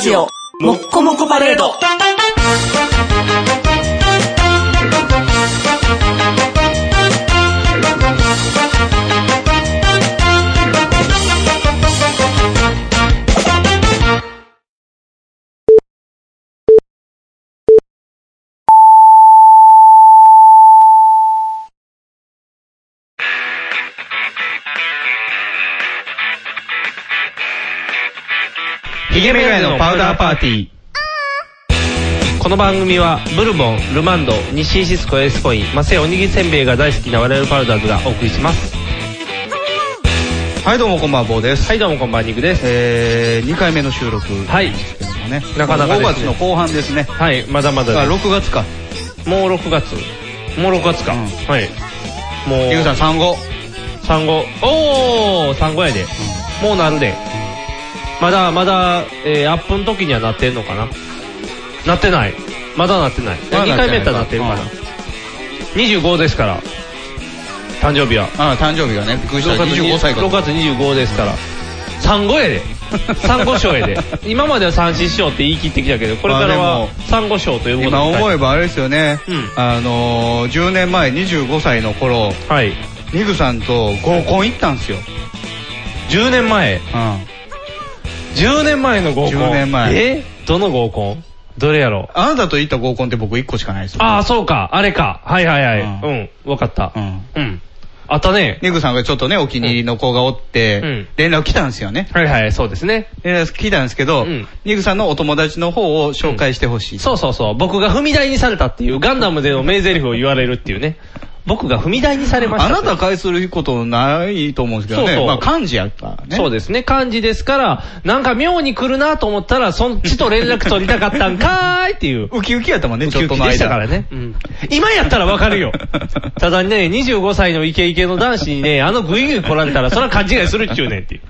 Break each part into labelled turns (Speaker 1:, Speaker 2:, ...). Speaker 1: ジオもっこもこパレード
Speaker 2: ヒゲメガネのパウダーパーティー。この番組は、ブルボン、ルマンド、日清シスコエースコイン、マセイおにぎりせんべいが大好きな我々パウダーズがお送りします。
Speaker 3: はい、どうもこんばんは、坊です。
Speaker 2: はい、どうもこんばんは、肉です。
Speaker 3: えー、2回目の収録
Speaker 2: はい。
Speaker 3: ですけどもね。
Speaker 2: なかなか
Speaker 3: 5
Speaker 2: です
Speaker 3: 月
Speaker 2: ね
Speaker 3: の後半ですね。
Speaker 2: はい、まだまだ
Speaker 3: あ、
Speaker 2: で
Speaker 3: 6月か。
Speaker 2: す。もう6月。もう6月か。
Speaker 3: うん
Speaker 2: はい。もう、
Speaker 3: ゆうさん、産後。
Speaker 2: 産後。おー、産後やで。もうなるで。まだ、まだ、えー、アップの時にはなってんのかななってない。まだなってない。
Speaker 3: まだ
Speaker 2: 2
Speaker 3: なってない
Speaker 2: 回目やったらなってるかな
Speaker 3: うん。
Speaker 2: 25ですから。誕生日は。
Speaker 3: あ、誕生日がね、びっくりした。25歳か
Speaker 2: 6
Speaker 3: と。
Speaker 2: 月25ですから。産後やで。産後賞や で。今までは三子賞って言い切ってきたけど、これから
Speaker 3: まあで
Speaker 2: は
Speaker 3: も
Speaker 2: 産後賞ということ
Speaker 3: 今思
Speaker 2: え
Speaker 3: えばあれですよね。
Speaker 2: うん
Speaker 3: あのー、10年前、25歳の頃、
Speaker 2: はい。
Speaker 3: ニグさんと合コン行ったんですよ。
Speaker 2: 10年前。
Speaker 3: うん。
Speaker 2: 10年前の合コン。
Speaker 3: 10年前
Speaker 2: えどの合コンどれやろう
Speaker 3: あなたと行った合コンって僕1個しかないですよ。
Speaker 2: ああ、そうか。あれか。はいはいはい。
Speaker 3: うん
Speaker 2: うん。わかった
Speaker 3: う。ん。
Speaker 2: うん。あったね。
Speaker 3: ニグさんがちょっとね、お気に入りの子がおっ
Speaker 2: うんうん
Speaker 3: て、連絡来たんですよね。
Speaker 2: はいはい、そうですね。
Speaker 3: 連絡来たんですけ
Speaker 2: う
Speaker 3: ど
Speaker 2: ん、
Speaker 3: ニグさんのお友達の方を紹介してほしい。
Speaker 2: そうそうそう。僕が踏み台にされたっていう、ガンダムでの名台詞を言われるっていうね。僕が踏み台にされました
Speaker 3: あ
Speaker 2: という。
Speaker 3: なた返することないと思うんですけど
Speaker 2: そ
Speaker 3: ね。
Speaker 2: うそう
Speaker 3: まあ漢字やったらね。
Speaker 2: そうですね。漢字ですから、なんか妙に来るなと思ったら、そっちと連絡取りたかったんかーいっていう。
Speaker 3: ウキウキやったもんね、ちょっとの間。
Speaker 2: でしたからね。今やったらわかるよ。ただね、25歳のイケイケの男子にね、あのグイグイ来られたら、それは勘違いするっちゅうねんっていう。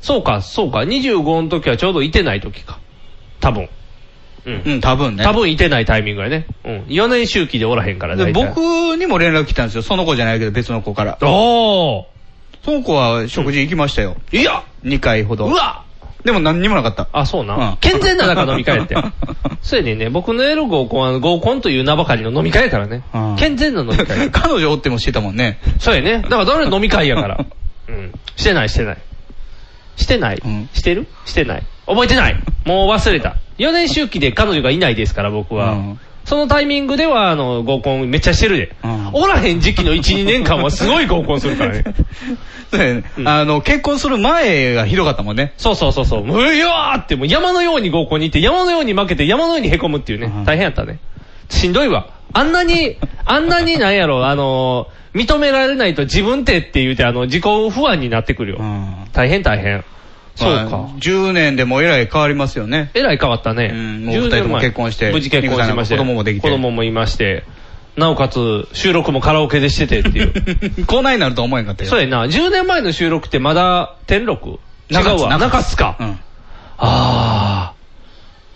Speaker 2: そうか、そうか。25の時はちょうどいてない時か。多分。うん。
Speaker 3: うん、多分ね。
Speaker 2: 多分いてないタイミングやね。うん。4年周期でおらへんから
Speaker 3: で
Speaker 2: ね。
Speaker 3: 僕にも連絡来たんですよ。その子じゃないけど別の子から。
Speaker 2: おー
Speaker 3: その子は食事行きましたよ。
Speaker 2: いや
Speaker 3: 2回ほ
Speaker 2: う
Speaker 3: ど。
Speaker 2: わ
Speaker 3: でも何にもなかった。
Speaker 2: あ、そうな。
Speaker 3: うん
Speaker 2: 健全な中飲み会やったよ そうやねんね、僕のやる合コンは合コンという名ばかりの飲み会やからね
Speaker 3: うん。
Speaker 2: 健全な飲み会や
Speaker 3: 彼女おってもしてたもんね。
Speaker 2: そうやね。だから誰の飲み会やから。うん。してない、してない。してない、
Speaker 3: うん
Speaker 2: してるしてない。覚えてないもう忘れた。4年周期で彼女がいないですから、僕は。
Speaker 3: うん
Speaker 2: そのタイミングでは、あの、合コンめっちゃしてるで。
Speaker 3: うん
Speaker 2: おらへん時期の1、2年間はすごい合コンするからね。
Speaker 3: そうやね
Speaker 2: うん
Speaker 3: あの、結婚する前がひどかったもんね。
Speaker 2: そうそうそうそう。もううわーって、もう山のように合コンに行って、山のように負けて、山のように凹むっていうね
Speaker 3: う。ん
Speaker 2: 大変やったね。しんどいわ。あんなに、あんなになんやろ、あのー、認められないと自分ってって言うて、あの、自己不安になってくるよ。
Speaker 3: ん。
Speaker 2: 大変大変。そう
Speaker 3: まあ
Speaker 2: か。
Speaker 3: 10年でもえらい変わりますよね。
Speaker 2: えらい変わったね。
Speaker 3: うんもう二人とも
Speaker 2: 10年前
Speaker 3: 結婚して
Speaker 2: 無事結婚しまして。
Speaker 3: 子供もできて
Speaker 2: 子供もいまして。なおかつ、収録もカラオケでしててっていう。
Speaker 3: こないなると思えんかったよ。
Speaker 2: そうやな。10年前の収録ってまだ、天禄違
Speaker 3: 中
Speaker 2: う
Speaker 3: 津
Speaker 2: わ。中
Speaker 3: 中
Speaker 2: 津か。
Speaker 3: うん。
Speaker 2: ああ。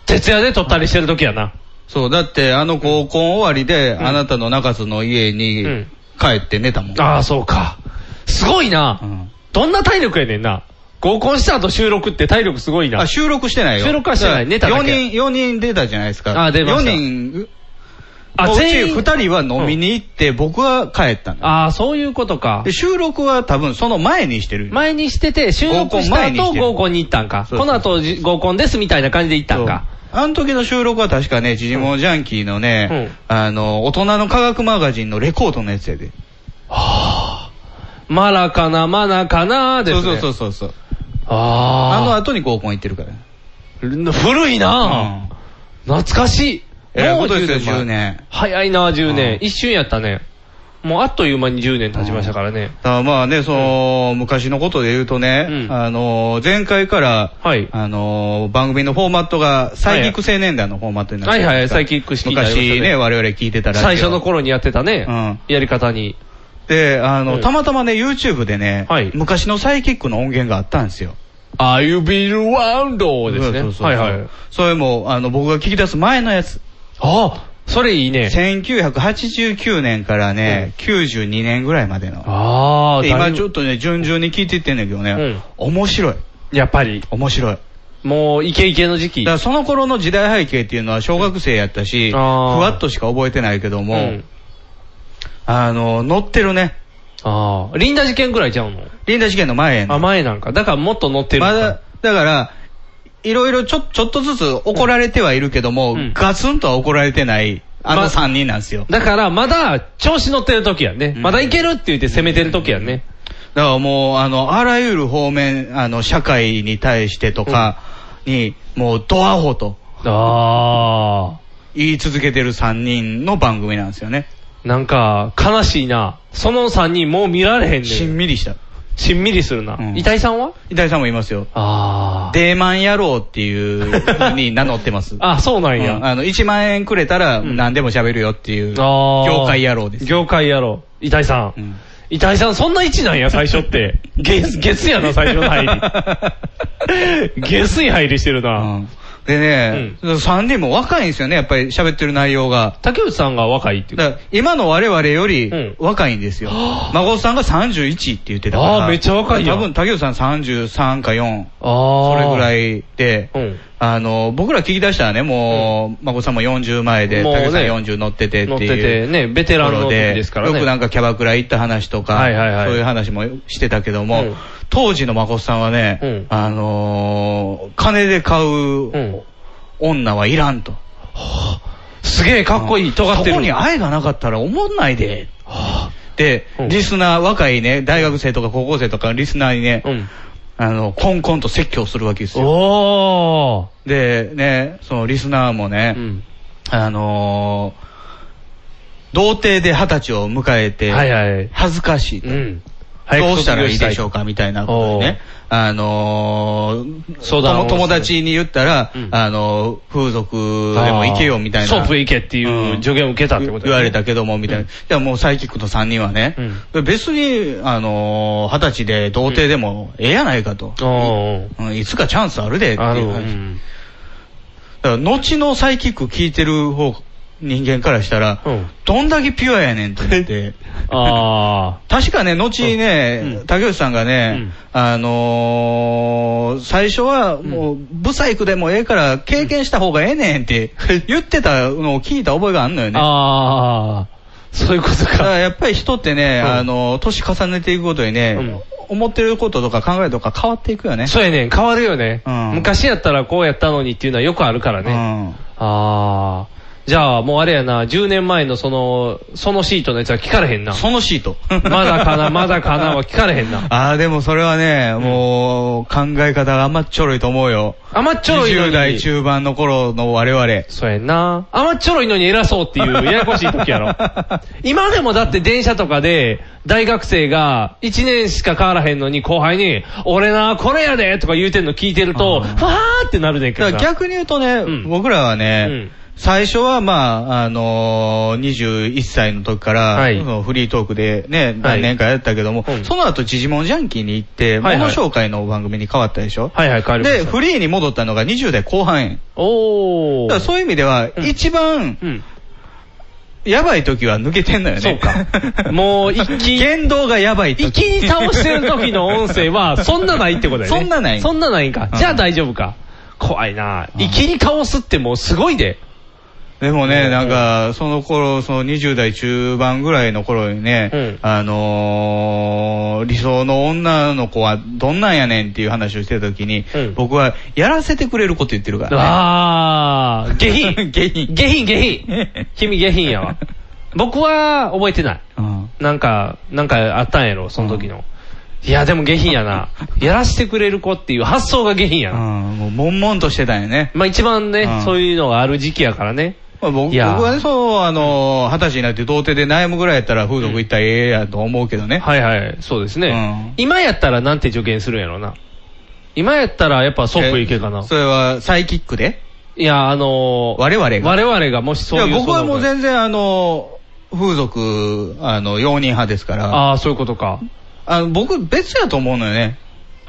Speaker 2: 徹夜で撮ったりしてる時やな。
Speaker 3: そう、だってあの合コン終わりで、あなたの中津の家に
Speaker 2: うん
Speaker 3: 帰って寝たもん。
Speaker 2: ああ、そうか。すごいうな。
Speaker 3: ん
Speaker 2: どんな体力やねんな。合コンした後収録って体力すごいな
Speaker 3: あ、。収録してないよ。
Speaker 2: 収録はしてない寝ただけ
Speaker 3: 4人、四人出たじゃないですか。
Speaker 2: あ出ました
Speaker 3: 4人、
Speaker 2: あ、
Speaker 3: うち
Speaker 2: 全員。
Speaker 3: 2人は飲みに行って、僕は帰ったんだ。
Speaker 2: ああ、そういうことか
Speaker 3: で、。収録は多分その前にしてる。
Speaker 2: 前にしてて、収録した
Speaker 3: 合コン前にし
Speaker 2: 後
Speaker 3: てる
Speaker 2: 合コンに行ったんか。
Speaker 3: そうそ
Speaker 2: こ
Speaker 3: う
Speaker 2: の後じ合コンですみたいな感じで行った
Speaker 3: そ
Speaker 2: ん
Speaker 3: う
Speaker 2: か。
Speaker 3: あの時の収録は確かね、ジジモジャンキーのね、あの、大人の科学マガジンのレコードのやつやで。
Speaker 2: マラかな、マナかなーです
Speaker 3: そう
Speaker 2: ね。。
Speaker 3: そうそううそうそう。あの
Speaker 2: あ
Speaker 3: 後に合コン行ってるから。
Speaker 2: あ。古いな
Speaker 3: うん
Speaker 2: ぁ、懐かしい。
Speaker 3: えらいことですよ、
Speaker 2: 前
Speaker 3: 10年。
Speaker 2: 早いなぁ、10年。
Speaker 3: う
Speaker 2: 一瞬やったね。もうあっという間に10年経ちましたからね。
Speaker 3: だからまあね、その、昔のことで言うとね、
Speaker 2: うん
Speaker 3: あのー、前回から、
Speaker 2: はい
Speaker 3: あのー、番組のフォーマットが、サイキック青年団のフォーマットになってる
Speaker 2: はいはい
Speaker 3: ですか
Speaker 2: サイキック式になりましたね
Speaker 3: 昔ね、我々聞いてたら。
Speaker 2: 最初の。頃にやってたね、
Speaker 3: う
Speaker 2: やり方に。
Speaker 3: で、あの、
Speaker 2: うん
Speaker 3: たまたまね、YouTube でね、
Speaker 2: はい
Speaker 3: 昔のサイキックの音源があったんですよ。
Speaker 2: あ you be around ですね。
Speaker 3: そうそうそう
Speaker 2: はいはい。
Speaker 3: それも、あの、僕が聞き出す前のやつ。
Speaker 2: あそれいいね。
Speaker 3: 1989年からね、92年ぐらいまでの。
Speaker 2: ああ、
Speaker 3: で
Speaker 2: だ
Speaker 3: 今
Speaker 2: いぶ
Speaker 3: ちょっとね、順々に聞いていってんだけどね、
Speaker 2: うん
Speaker 3: 面白い。
Speaker 2: やっぱり。
Speaker 3: 面白い。
Speaker 2: もうイケイケの時期。
Speaker 3: だからその頃の時代背景っていうのは小学生やったし、ふ
Speaker 2: あー
Speaker 3: わっとしか覚えてないけども、
Speaker 2: うん
Speaker 3: あの、乗ってるね。
Speaker 2: ああ。リンダ事件ぐらいちゃうの
Speaker 3: リンダ事件の前やね
Speaker 2: あ、前なんか。だからもっと乗ってるのか。
Speaker 3: まだ、だから、いろいろちょ、ちょっとずつ怒られてはいるけども、
Speaker 2: うん
Speaker 3: ガツンとは怒られてない、
Speaker 2: ま
Speaker 3: あの
Speaker 2: あ
Speaker 3: 3人なんですよ。
Speaker 2: だから、まだ、調子乗ってる時やね。
Speaker 3: うん
Speaker 2: まだいけるって言って攻めてる時やね。
Speaker 3: だからもう、あの、あらゆる方面、あの、社会に対してとかに、もう、ドアホと
Speaker 2: あ
Speaker 3: 言い続けてる3人の番組なんですよね。
Speaker 2: あ。なんか、悲しいな。その3人もう見られへん
Speaker 3: し
Speaker 2: ね
Speaker 3: ん
Speaker 2: ん。
Speaker 3: みりした。
Speaker 2: しんみりするな。
Speaker 3: うん
Speaker 2: 遺体さんは
Speaker 3: 板井さんもいますよ。
Speaker 2: ああ。。
Speaker 3: デーマン野郎っていう風に名乗ってます
Speaker 2: あ、そうなんや。
Speaker 3: うんあの、1万円くれたら
Speaker 2: うん
Speaker 3: 何でも喋るよっていう、
Speaker 2: あー
Speaker 3: 業界野郎です。
Speaker 2: 業界野郎。遺体さ
Speaker 3: うん
Speaker 2: ん。遺体さん、そんな位置なんや、最初 って。ゲス、ゲスやな、最初の入 り。ゲスい入りしてる
Speaker 3: う
Speaker 2: な。
Speaker 3: んでね、3人も若いんですよね、やっぱり喋ってる内容が。
Speaker 2: 竹内さんが若いっていう。
Speaker 3: だから今の我々よ
Speaker 2: う
Speaker 3: り
Speaker 2: ん
Speaker 3: 若いんですよ。孫さんが31って言ってたから。
Speaker 2: あーめっちゃ若いやん
Speaker 3: 多分、竹内さん33か4、
Speaker 2: あ
Speaker 3: そ
Speaker 2: あ。
Speaker 3: れぐら
Speaker 2: い。
Speaker 3: いで、
Speaker 2: うん。
Speaker 3: あの、僕ら聞き出したらね、もう、孫さんも40前で、
Speaker 2: もうね
Speaker 3: 竹内さん40乗っててってい
Speaker 2: 乗
Speaker 3: う。
Speaker 2: ってて、ね、ベテランの時ですから
Speaker 3: よく
Speaker 2: ね。
Speaker 3: なんかキャバクラ行った話とか、
Speaker 2: はいはいはい
Speaker 3: そういう話もしてたけども、
Speaker 2: うん
Speaker 3: 当時の誠さんはね、
Speaker 2: うん
Speaker 3: あのー金で買
Speaker 2: う
Speaker 3: うん女はいらんと。
Speaker 2: すげえかっこいい、尖ってる。
Speaker 3: そこに愛がなかったら思んないで。で、
Speaker 2: うん
Speaker 3: リスナー、若いね、大学生とか高校生とかリスナーにね、
Speaker 2: うん。
Speaker 3: あの、コンコンと説教するわけですよ。
Speaker 2: おー。
Speaker 3: で、ね、そのリスナーもね、
Speaker 2: うん。
Speaker 3: あのー童貞で二十歳を迎えて、
Speaker 2: はいはい。
Speaker 3: 恥ずかしいと。
Speaker 2: うん。
Speaker 3: どうしたらいいでしょ
Speaker 2: う
Speaker 3: うかみたいなことをね、あのー、
Speaker 2: 相談を
Speaker 3: 友友達に言ったら、
Speaker 2: うん
Speaker 3: あのー、風俗でも行けよみたいな。
Speaker 2: ソープへ行けっていう助言を受けたってことだよね
Speaker 3: 言われたけども、みたいな。いや、もうサイキックの3人はね、別に、あのー、二十歳で童貞でもええやないかと。
Speaker 2: おー。
Speaker 3: うんいつかチャンスあるでっていう
Speaker 2: あの、う
Speaker 3: 話
Speaker 2: ん。
Speaker 3: だから後のサイキック聞いてる方、人間からしたら、
Speaker 2: うん
Speaker 3: どんだけピュアやねんって言 って。
Speaker 2: あ
Speaker 3: 確かね、後にね
Speaker 2: う、ん
Speaker 3: 竹内さんがね、あのー、最初はもう、ブサイクでもええから経験した方がええねんって言ってたのを聞いた覚えがあんのよ
Speaker 2: ー。
Speaker 3: ね。
Speaker 2: あー。そういうこと
Speaker 3: だか
Speaker 2: か。
Speaker 3: らやっぱり人ってね、
Speaker 2: うん
Speaker 3: あのー、年重ねていくごとにね、思ってることとか考えるとか変わっていくよね。
Speaker 2: そうやねん、変わるよね
Speaker 3: う。ん
Speaker 2: 昔やったらこうやったのにっていうのはよくあるから
Speaker 3: う
Speaker 2: ね。
Speaker 3: ん。
Speaker 2: あー。じゃあ、もうあれやな、10年前のその、そのシートのやつは聞かれへんな。
Speaker 3: そのシート。
Speaker 2: まだかな、まだかなは聞かれへんな。
Speaker 3: ああ、でもそれはね、もう、考え方が甘っちょろいと思うよ。
Speaker 2: 甘っちょろいのに。
Speaker 3: 20代中盤の頃の我々。
Speaker 2: そうやんな。甘っちょろいのに偉そうっていう ややこしい時やろ。今でもだって電車とかで大学生が1年しか変わらへんのに後輩に、俺な、これやでとか言うてんの聞いてると、
Speaker 3: あ
Speaker 2: わ
Speaker 3: ー
Speaker 2: ーってなるねんけ
Speaker 3: だ
Speaker 2: ど
Speaker 3: か
Speaker 2: な。
Speaker 3: ら逆に言うとね、
Speaker 2: うん
Speaker 3: 僕らはね、
Speaker 2: うん
Speaker 3: 最初はまあ、あのー、21歳の時から、
Speaker 2: はい
Speaker 3: そのフリートークでね、何年かやったけども、
Speaker 2: うん
Speaker 3: その後、ジジモンジャンキーに行って、
Speaker 2: はいはい
Speaker 3: 物紹介の番組に変わったでしょ、
Speaker 2: はいはい、変わりま
Speaker 3: で、
Speaker 2: した。
Speaker 3: フリーに戻ったのが20代後半やん
Speaker 2: お
Speaker 3: だ
Speaker 2: ー。
Speaker 3: からそういう意味では、
Speaker 2: うん
Speaker 3: 一番、
Speaker 2: うん。
Speaker 3: やばい時は抜けてんのよね。
Speaker 2: そうかもう一気
Speaker 3: 言動がやばい時。
Speaker 2: 一気に倒してる時の音声 は、そんなないってことやね。
Speaker 3: そんなない
Speaker 2: そんなないんか
Speaker 3: う。ん
Speaker 2: じゃあ大丈夫か。怖いな。一気に倒すってもうすごいで。
Speaker 3: でも
Speaker 2: う
Speaker 3: ね、
Speaker 2: ん
Speaker 3: なんか、その頃、その20代中盤ぐらいの頃にね、
Speaker 2: うん
Speaker 3: あのー、理想の女の子はどんなんやねんっていう話をしてた時に、
Speaker 2: うん
Speaker 3: 僕は、やらせてくれること言ってるから、ね。
Speaker 2: あー、下品。
Speaker 3: 下品
Speaker 2: 下品、下品。君下品 やわ。僕は覚えてない。
Speaker 3: うん
Speaker 2: なんか、なんかあったんやろ、その時の。いや、でも下品やな。やらしてくれる子っていう発想が下品や
Speaker 3: う
Speaker 2: な。
Speaker 3: ん、もう、悶々としてたんよね。
Speaker 2: まあ一番
Speaker 3: う
Speaker 2: ね
Speaker 3: ん、
Speaker 2: そういうのがある時期やからね。
Speaker 3: まあ
Speaker 2: い
Speaker 3: 僕僕
Speaker 2: やー
Speaker 3: はね、そう、あのー、二十歳になって童貞で悩むぐらいやったら風俗行ったらええやと思うけどね。
Speaker 2: はいはい、そうですね。
Speaker 3: う
Speaker 2: 今やったらなんて助言するんやろうな。今やったらやっぱソップいけかな
Speaker 3: え。それは、サイキックで
Speaker 2: いや、あのー、
Speaker 3: 我々が。
Speaker 2: 我々がもしそういう。
Speaker 3: いや、僕はもう
Speaker 2: 然。
Speaker 3: 全然あの、風俗、あの、容認派ですから、あ
Speaker 2: ああ、そういうことか。
Speaker 3: の僕別やと思うのよね。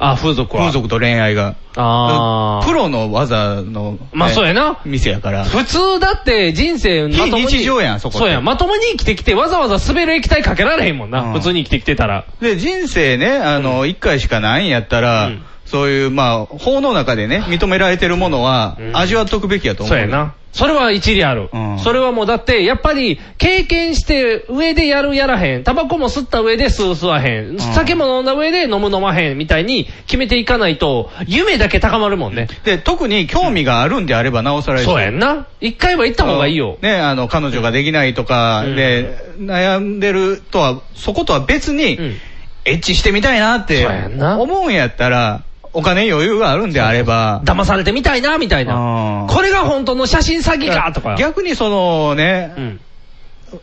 Speaker 2: あ風俗は。
Speaker 3: 風。俗と恋愛が。
Speaker 2: ああ。
Speaker 3: プロの技の、ね
Speaker 2: まあそうやな。
Speaker 3: 店やから。
Speaker 2: 普通だって人生まともに。
Speaker 3: 非日常やんそこって
Speaker 2: そうやん。まともに生きてきてわざわざ滑る液体かけられへんもんな。
Speaker 3: うん
Speaker 2: 普通に生きてきてたら。
Speaker 3: で、人生ね、あの、一、回しかないんやったら、
Speaker 2: うん
Speaker 3: そういう、まあ、法の中でね、認められてるものは
Speaker 2: う、ん
Speaker 3: 味わっとくべきやと思う。
Speaker 2: そうや。な。それは一理ある。
Speaker 3: うん
Speaker 2: それはもうだって、やっぱり経験して上でやるやらへん。タバコも吸った上で吸う吸わへん。酒も飲んだ上で飲む飲まへんみたいに決めていかないと、夢だけ高まるもんね。
Speaker 3: で、特に興味があるんであれば、なおさらいい
Speaker 2: そうやんな。一回は行った方がいいよ。
Speaker 3: ね、あの、彼女ができないとか、
Speaker 2: うん
Speaker 3: で、悩んでるとは、そことは別に、
Speaker 2: うん
Speaker 3: エッチしてみたいなって
Speaker 2: そうやんな
Speaker 3: 思うんやったら、お金余裕があるんであれば、
Speaker 2: 騙されてみたいな、みたいな。
Speaker 3: うん
Speaker 2: これが本当の写真詐欺か、とか。
Speaker 3: 逆にそのね、
Speaker 2: うん。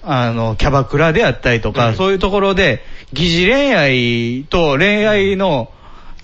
Speaker 3: あの、キャバクラであったりとか、
Speaker 2: うん
Speaker 3: そういうところで、疑似恋愛と恋愛の、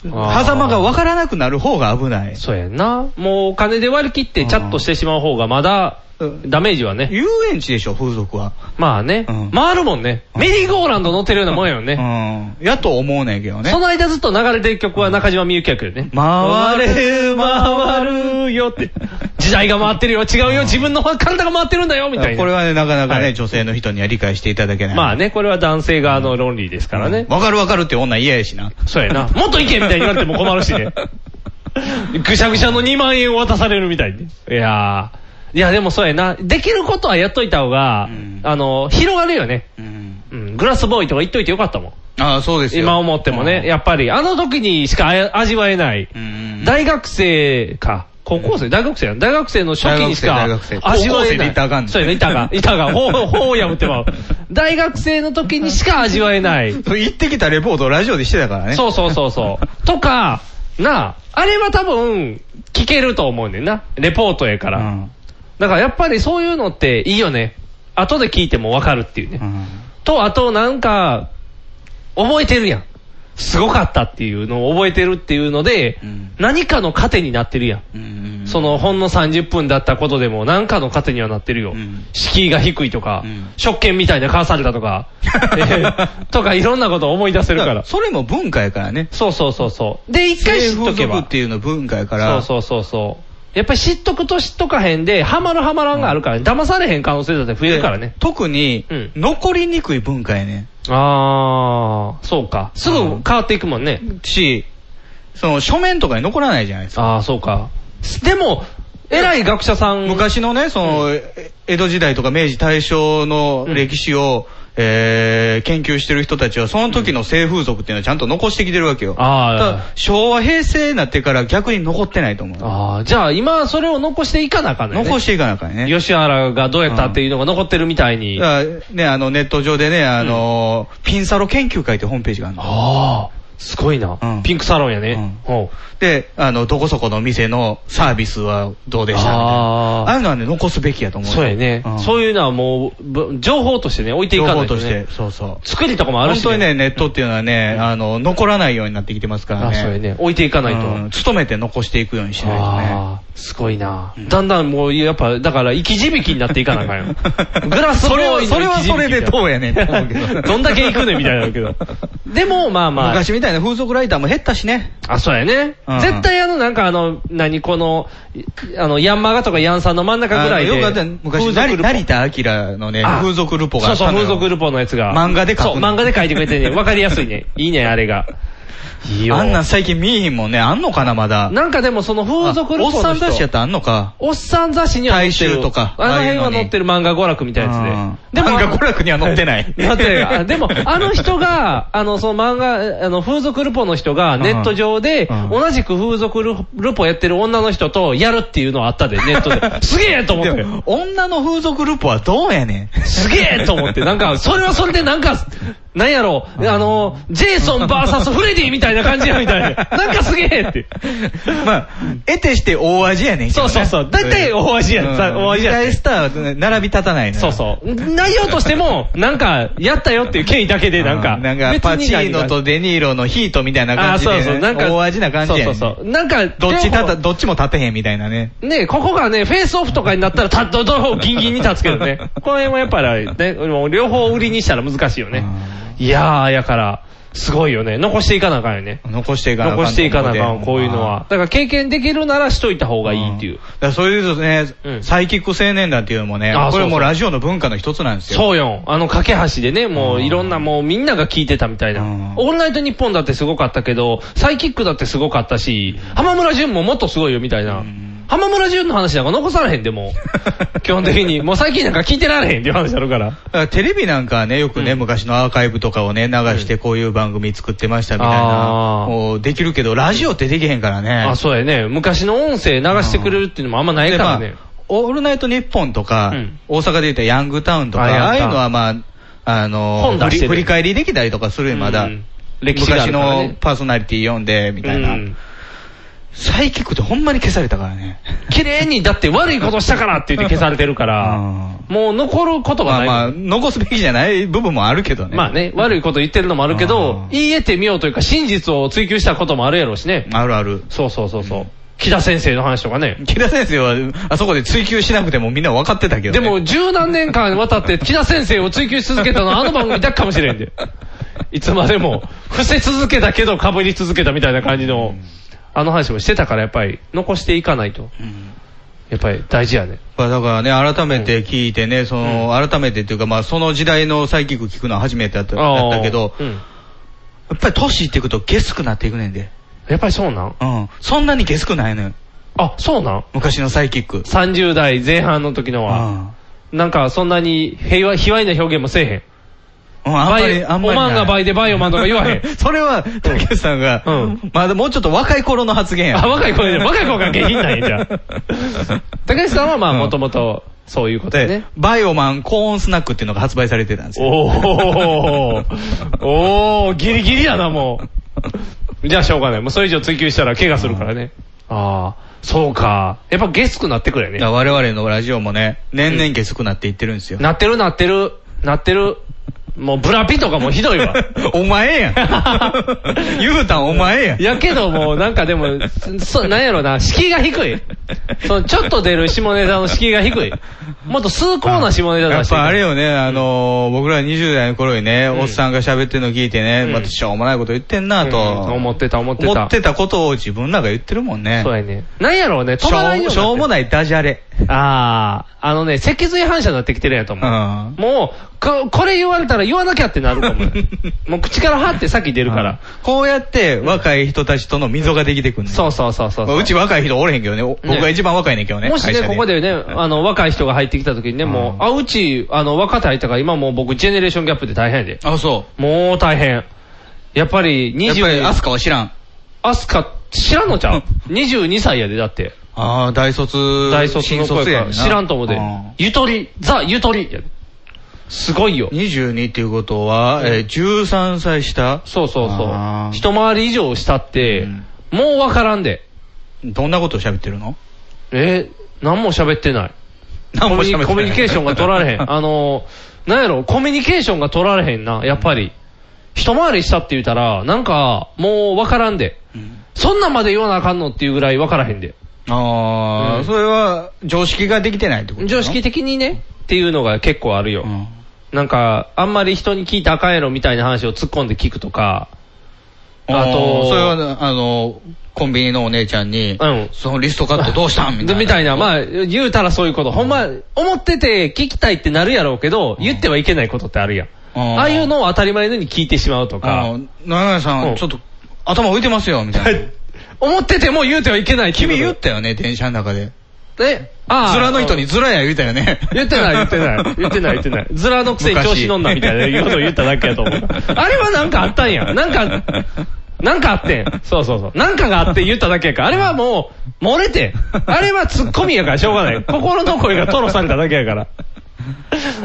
Speaker 2: あー
Speaker 3: 狭間が分からなくなる方が危ない。
Speaker 2: そうやんな。もうお金で割り切ってチャットしてしまう方がまだ
Speaker 3: うん
Speaker 2: ダメージはね。
Speaker 3: 遊園地でしょ、風俗は。
Speaker 2: まあね
Speaker 3: うん。
Speaker 2: 回るもんね。メリーゴーランド乗ってるようなもんやもんね。
Speaker 3: うん。やと思うねんけどね。
Speaker 2: その間ずっと流れてる曲は中島みゆきやけどね。
Speaker 3: 回れ
Speaker 2: 回るよって。時代が回ってるよ、違うよ、自分の体が回ってるんだよ、みたいな。
Speaker 3: これはね、なかなかね、
Speaker 2: はい
Speaker 3: 女性の人には理解していただけない。
Speaker 2: まあね、これは男性側の論理ですからね。
Speaker 3: わかるわかるって女嫌やしな。
Speaker 2: そうやな。もっといけみたいに言われても困るしね。 ぐしゃぐしゃの2万円を渡されるみたいに。いやー。いや、でもそうやな。できることはやっといた方が、
Speaker 3: うん
Speaker 2: あの、広がるよね。
Speaker 3: うん。
Speaker 2: うん。グラスボーイとか言っといてよかったもん。
Speaker 3: ああ、そうですよ。
Speaker 2: 今思ってもね。やっぱり、あの時にしかあや味わえない。
Speaker 3: うん。
Speaker 2: 大学生か。高校生、大学生やん。大学生の初期にしか
Speaker 3: 大学生大学生
Speaker 2: 味わえない。
Speaker 3: 高校生でいたらあかんね
Speaker 2: そうやね、いたが。いたが。 ほう、ほうやむってまう。大学生の時にしか味わえない。
Speaker 3: それ行ってきたレポートをラジオでしてたからね。
Speaker 2: そうそうそう そう。とか、なあ、あれは多分、聞けると思うねんな。レポートやか
Speaker 3: う
Speaker 2: ら。
Speaker 3: ん。
Speaker 2: だからやっぱりそういうのっていいよね。後で聞いてもわかるっていうね。
Speaker 3: うん。
Speaker 2: と、あとなんか、覚えてるやん。すごかったっていうのを覚えてるっていうので、
Speaker 3: うん
Speaker 2: 何かの糧になってるやん。
Speaker 3: うん
Speaker 2: そ、のほんの30分だったことでも何かの糧にはなってるよ。
Speaker 3: うん
Speaker 2: 敷居が低いとか、
Speaker 3: うん
Speaker 2: 食券みたいな買わされたと か、えーとかいろんなことを思い出せ
Speaker 3: だ
Speaker 2: る
Speaker 3: か
Speaker 2: から
Speaker 3: ら、。それも文化やからね。
Speaker 2: そうそうそうそう。で、一回知っとけ
Speaker 3: 風
Speaker 2: ば。
Speaker 3: 俗っていうの文化や
Speaker 2: そ
Speaker 3: か
Speaker 2: う
Speaker 3: ら。
Speaker 2: そうそうそう。やっぱり知っとくと知っとかへんで、ハマるハマらんがあるからね。騙されへん可能性だって増えるからね
Speaker 3: で。特に
Speaker 2: うん、
Speaker 3: 残りにくい文化やね。
Speaker 2: あー、そうか。すぐ変わっていくもんね。
Speaker 3: し、その書面とかに残らないじゃないですか。
Speaker 2: あー、そうか。でも、偉い学者さん。
Speaker 3: 昔のね、その、え江戸時代とか明治大正の歴史を、えー研究してる人たちは、その時の性風俗っていうのはちゃんと残してきてるわけよ。
Speaker 2: あー
Speaker 3: ただ昭和平成になってから逆に残ってないと思う。
Speaker 2: あー、じゃあ今それを残していかなあかんね。
Speaker 3: 残していかなあかんね。
Speaker 2: 吉原がどうやったっていうのが残ってるみたいに。あ
Speaker 3: だからね、あの、ネット上でね、あのーピンサロ研究会ってホームページがあるの。
Speaker 2: あー、すごいな
Speaker 3: う。ん
Speaker 2: ピンクサロンやね。
Speaker 3: う
Speaker 2: ほう
Speaker 3: で、あの、どこそこの店のサービスはどうでしたみたいな
Speaker 2: あー
Speaker 3: ああいうのはね、残すべきやと思うよ。
Speaker 2: そうやね。そう
Speaker 3: いう
Speaker 2: いうのはもうぶ、情報としてね、置いてい
Speaker 3: 情
Speaker 2: かな
Speaker 3: 報
Speaker 2: いと
Speaker 3: と
Speaker 2: ね。
Speaker 3: して。そうそう。
Speaker 2: 作りとかもある
Speaker 3: 本
Speaker 2: し、
Speaker 3: 当にね、ネットっていうのはね、あの、残らないようになってきてますから
Speaker 2: あ、
Speaker 3: ね。
Speaker 2: そうやね。置いていかないと。
Speaker 3: うん努めて残していくようにしないとね。。
Speaker 2: ああ、すごいな、だんだんもう、やっぱ、だから、生き字引になっていかなあかんよ グラスボーイの
Speaker 3: それは
Speaker 2: 生き字引
Speaker 3: それはそれでどうやねんって思うけ ど
Speaker 2: どんだけ行くねんみたいなるけど。でも、まあまあ。
Speaker 3: 昔みたいな風俗ライターも減ったしね。
Speaker 2: あ、そうやね。
Speaker 3: うん
Speaker 2: 絶対あの、なんかあの、何、この、いあの、ヤンマガとかヤンさんの真ん中ぐらい
Speaker 3: あ
Speaker 2: で。
Speaker 3: のよくあったね昔、
Speaker 2: 風俗ルポ
Speaker 3: 成田明のね、
Speaker 2: あ
Speaker 3: 風俗ルポがあった
Speaker 2: そうそ
Speaker 3: の
Speaker 2: う、
Speaker 3: よ
Speaker 2: 風俗ルポのやつが。
Speaker 3: 漫画で書く
Speaker 2: そう、漫画で書いてくれてね。わかりやすいね。いいね、あれが。いいよ。
Speaker 3: あんなん最近見えへんもんね。あんのかな、まだ。
Speaker 2: なんかでもその風俗ル
Speaker 3: あ
Speaker 2: ポの人
Speaker 3: おっさん雑誌やったらあんのか。
Speaker 2: おっさん雑誌には載ってる。
Speaker 3: 大衆とか
Speaker 2: あの辺
Speaker 3: ああいう
Speaker 2: は
Speaker 3: のに
Speaker 2: 載ってる漫画娯楽みたいなやつで。
Speaker 3: うん
Speaker 2: でも
Speaker 3: 漫画娯楽には載ってない
Speaker 2: 載ってないあでも、あの人 が、あの、その漫画、あの、風俗ルポの人がネット上で、
Speaker 3: うん
Speaker 2: 同じく風俗ルルポやってる女の人とやるっていうのはあ ったで、ネットで。すげえと思って。
Speaker 3: でも、女の風俗ルポはどう やねん。
Speaker 2: すげえと思って、なんか、それはそれでなんか、なんやろう、あの、ジェイソン VS フレディみたいな感じやみたいな。なんかすげえって。
Speaker 3: まあ、得てして大味やねんけど
Speaker 2: そう
Speaker 3: ね
Speaker 2: そうそう。だいたい大味やん。さ大味やん。
Speaker 3: 大スターは並び立たないのよ
Speaker 2: そうそう。内容としても、なんか、やったよっていう権威だけで、なんか、
Speaker 3: うなんか、
Speaker 2: 別
Speaker 3: パ
Speaker 2: に
Speaker 3: チーノとデニーロのヒートみたいな
Speaker 2: あ
Speaker 3: 感
Speaker 2: ー
Speaker 3: じで、
Speaker 2: そうそう、なんか、
Speaker 3: 大味な感じやね
Speaker 2: そうそうそう。なんか、
Speaker 3: どっち立
Speaker 2: 両
Speaker 3: た、
Speaker 2: 方
Speaker 3: どっちも立てへんみたいなね。
Speaker 2: ねここがね、フェイスオフとかになったら、たどの方ギンギンに立つけど ね。この辺はやっぱり、ね、もう両方売りにしたら難しいよね。いやー、やから、すごいよね。残していかなあかんよね。
Speaker 3: 残していかなあかん
Speaker 2: 残していかなあかん、こういうのは。だから経験できるならしといた方がいいっていう
Speaker 3: だ。からそういうね、
Speaker 2: うん
Speaker 3: サイキック青年団っていうのもね
Speaker 2: あ、そう
Speaker 3: こ
Speaker 2: そ
Speaker 3: れ
Speaker 2: う
Speaker 3: もうラジオの文化の一つなんですよ。
Speaker 2: そうよ。あの、架け橋でね、もういろんなもうみんなが聞いてたみたいな。
Speaker 3: うん
Speaker 2: オールナイトニッポンだってすごかったけど、サイキックだってすごかったし、浜村淳ももっとすごいよみたいな。浜村淳の話なんか残されへんでも う基本的に。もう最近なんか聞いてられへんっていう話あるから。
Speaker 3: だからテレビなんかはね、よくね、昔のアーカイブとかをね、流してこういう番組作ってましたみたいな
Speaker 2: あ、ー
Speaker 3: もうできるけど、ラジオってできへんからね。
Speaker 2: あ、そうやね。昔の音声流してくれるっていうのもあんまない
Speaker 3: で
Speaker 2: から
Speaker 3: ま
Speaker 2: ね。
Speaker 3: あオールナイトニッポンとか、
Speaker 2: うん
Speaker 3: 大阪で言ったらヤングタウンとか、
Speaker 2: あヤングタ
Speaker 3: あ
Speaker 2: ウン
Speaker 3: あいうのはまあ、あの
Speaker 2: 本出
Speaker 3: 振
Speaker 2: して
Speaker 3: り、
Speaker 2: る
Speaker 3: 振り返りできたりとかするよ、まだ。
Speaker 2: うん歴史があるからね
Speaker 3: 昔のパーソナリティ読んで、みたいな。
Speaker 2: うん
Speaker 3: サイキックってほんまに消されたからね。
Speaker 2: 綺麗に、だって悪いことしたからって言って消されてるから、もう残ることが
Speaker 3: まあ
Speaker 2: ない。
Speaker 3: まあ、残すべきじゃない部分もあるけどね。
Speaker 2: まあね、悪いこと言ってるのもあるけど
Speaker 3: あ、ー
Speaker 2: 言い得てみようというか、真実を追求したこともあるやろうしね。
Speaker 3: あるある。
Speaker 2: そうそうそうそう。木田先生の話とかね。
Speaker 3: 木田先生は、あそこで追求しなくてもみんな分かってたけど、
Speaker 2: で
Speaker 3: ね。
Speaker 2: も、十何年間渡って木田先生を追求し続けたのはあの番組だけかもしれん で。いつまでも、伏せ続けたけど被り続けたみたいな感じの、あの話もしてたから、やっぱり、残していかないと。やっぱり大事やね。
Speaker 3: まあだからね、改めて聞いてね、その、改めてっていうか、まあその時代のサイキック聞くのは初めてだっただったけど
Speaker 2: あ、ーうん
Speaker 3: やっぱり年いっていくとゲスくなっていくねんで。
Speaker 2: やっぱりそうなん
Speaker 3: うん。そんなにゲスくないのよ。
Speaker 2: あ、そうなん
Speaker 3: 昔のサイキック。
Speaker 2: 30代前半の時のは、なんかそんなに平和、卑猥な表現もせえへん。
Speaker 3: うん。うん、あんまり、
Speaker 2: バイ
Speaker 3: あんまりない。
Speaker 2: おまんがバイでバイオマンとか言わ へん
Speaker 3: それは、竹内さんが、
Speaker 2: うん
Speaker 3: まあでももうちょっと若い頃の発言や。。
Speaker 2: あ、若い子で、若い子が下品なんや、じゃあ 竹内さんはまあ、
Speaker 3: うん
Speaker 2: もともと、そういうこと
Speaker 3: で
Speaker 2: ね。、
Speaker 3: バイオマンコーンスナックっていうのが発売されてたんですよ。
Speaker 2: おー、おー、ギリギリやな、もう。じゃあしょうがない。もうそれ以上追求したら怪我するからね。ああ、そうか。やっぱゲスくなってくれ
Speaker 3: だから
Speaker 2: ね。
Speaker 3: 我々のラジオもね、年々ゲスくなっていってるんですよ。
Speaker 2: なってるなってる、なってる。もうブラピとかもひどいわ。
Speaker 3: お 前やん。ゆうたんお前やん。
Speaker 2: やけどもうなんかでも、そ、なんやろな、敷居が低い。そのちょっと出る下ネタの敷居が低い。もっと崇高な下ネタ
Speaker 3: や
Speaker 2: 出
Speaker 3: っ
Speaker 2: して
Speaker 3: ぱあれ
Speaker 2: よ。
Speaker 3: よね、あのー僕ら20代の頃にね、
Speaker 2: ん
Speaker 3: おっさんが喋ってるの聞いてね、
Speaker 2: うん
Speaker 3: またしょうもないこと言ってんなと、
Speaker 2: うん思ってた思ってた
Speaker 3: 思ってたことを自分らが言ってるもんね。
Speaker 2: そうやね。なんやろうね、
Speaker 3: し
Speaker 2: 飛ばない
Speaker 3: ょ
Speaker 2: よ
Speaker 3: うしょうも
Speaker 2: い。
Speaker 3: ないダジャレ。
Speaker 2: ああ、あのね、脊髄反射になってきてるんやと
Speaker 3: う
Speaker 2: 思う。
Speaker 3: ん。
Speaker 2: もう、こ、これ言われたら言わなきゃってなる かもよ。もう口からはって先出るから。
Speaker 3: こうやって若い人たちとの溝ができてくんねん
Speaker 2: そうそうそうそう
Speaker 3: ま
Speaker 2: そ
Speaker 3: あ
Speaker 2: う。
Speaker 3: うち若い人おれへんけどね、お僕が一番若いねんけどね。
Speaker 2: もし
Speaker 3: 会社
Speaker 2: ね、ここでね、あの、若い人が入ってきた時にね、もう、あ、うち、あの、若手入ったから今もう僕、ジェネレーションギャップで大変やで。
Speaker 3: あ、そ
Speaker 2: もう大変。やっぱり
Speaker 3: う。やっぱり
Speaker 2: 20、
Speaker 3: アスカは知らん。
Speaker 2: アスカ、知らんのちゃう ?22 歳やで、だって。
Speaker 3: ああ、大卒。
Speaker 2: 大卒の子
Speaker 3: 新卒
Speaker 2: や
Speaker 3: や
Speaker 2: から知らんと思うで。ゆとり、ザ、ゆとりやで。すごいよ。
Speaker 3: 22っていうことは、えー、13歳下
Speaker 2: そうそうそ
Speaker 3: あ
Speaker 2: う。
Speaker 3: ー
Speaker 2: 一回り以上したって
Speaker 3: うん、
Speaker 2: もうわからんで。
Speaker 3: どんなことを喋ってるの
Speaker 2: えー、何も喋ってない。
Speaker 3: 何も喋ってない
Speaker 2: コミュニケーションが取 られへん。あのー、なんやろ、コミュニケーションが取られへんな、やっぱり。一回りしたって言うたら、なんか、もうわからんで。そんなんまで言わなあかんのっていうぐらいわからへんで。
Speaker 3: ああ、
Speaker 2: うん
Speaker 3: それは常識ができてないってことなの
Speaker 2: 常識的にね、っていうのが結構あるよ。
Speaker 3: うん
Speaker 2: なんか、あんまり人に聞いたらあかんやろみたいな話を突っ込んで聞くとか、あと
Speaker 3: ーそれは、あの、コンビニのお姉ちゃんに、
Speaker 2: うん
Speaker 3: そのリストカットどうしたんみたい な。
Speaker 2: みたいな、まあ、言うたらそういうこと。ほんま、思ってて聞きたいってなるやろうけど、言ってはいけないことってあるやん。
Speaker 3: うん
Speaker 2: ああいうのを当たり前のように聞いてしまうと
Speaker 3: あ
Speaker 2: か、
Speaker 3: の、長谷さ
Speaker 2: うん
Speaker 3: ん、ちょっと頭浮いてますよ、みた いな。
Speaker 2: 思ってても言うてはいけない
Speaker 3: 君言っ
Speaker 2: って
Speaker 3: たよね、電車の中で。
Speaker 2: こと。えああ。
Speaker 3: ズラの人にズラや言うたよね。
Speaker 2: 言ってない、言ってない。言ってない、言ってない。ズラのくせに調子乗んなみたいなことを言っただけやと思う。あれはなんかあったんや。なんか、なんかあってん。 そうそうそう。なんかがあって言っただけやから。あれはもう、漏れてん。あれはツッコミやからしょうがない。心の声がトロされただけやから。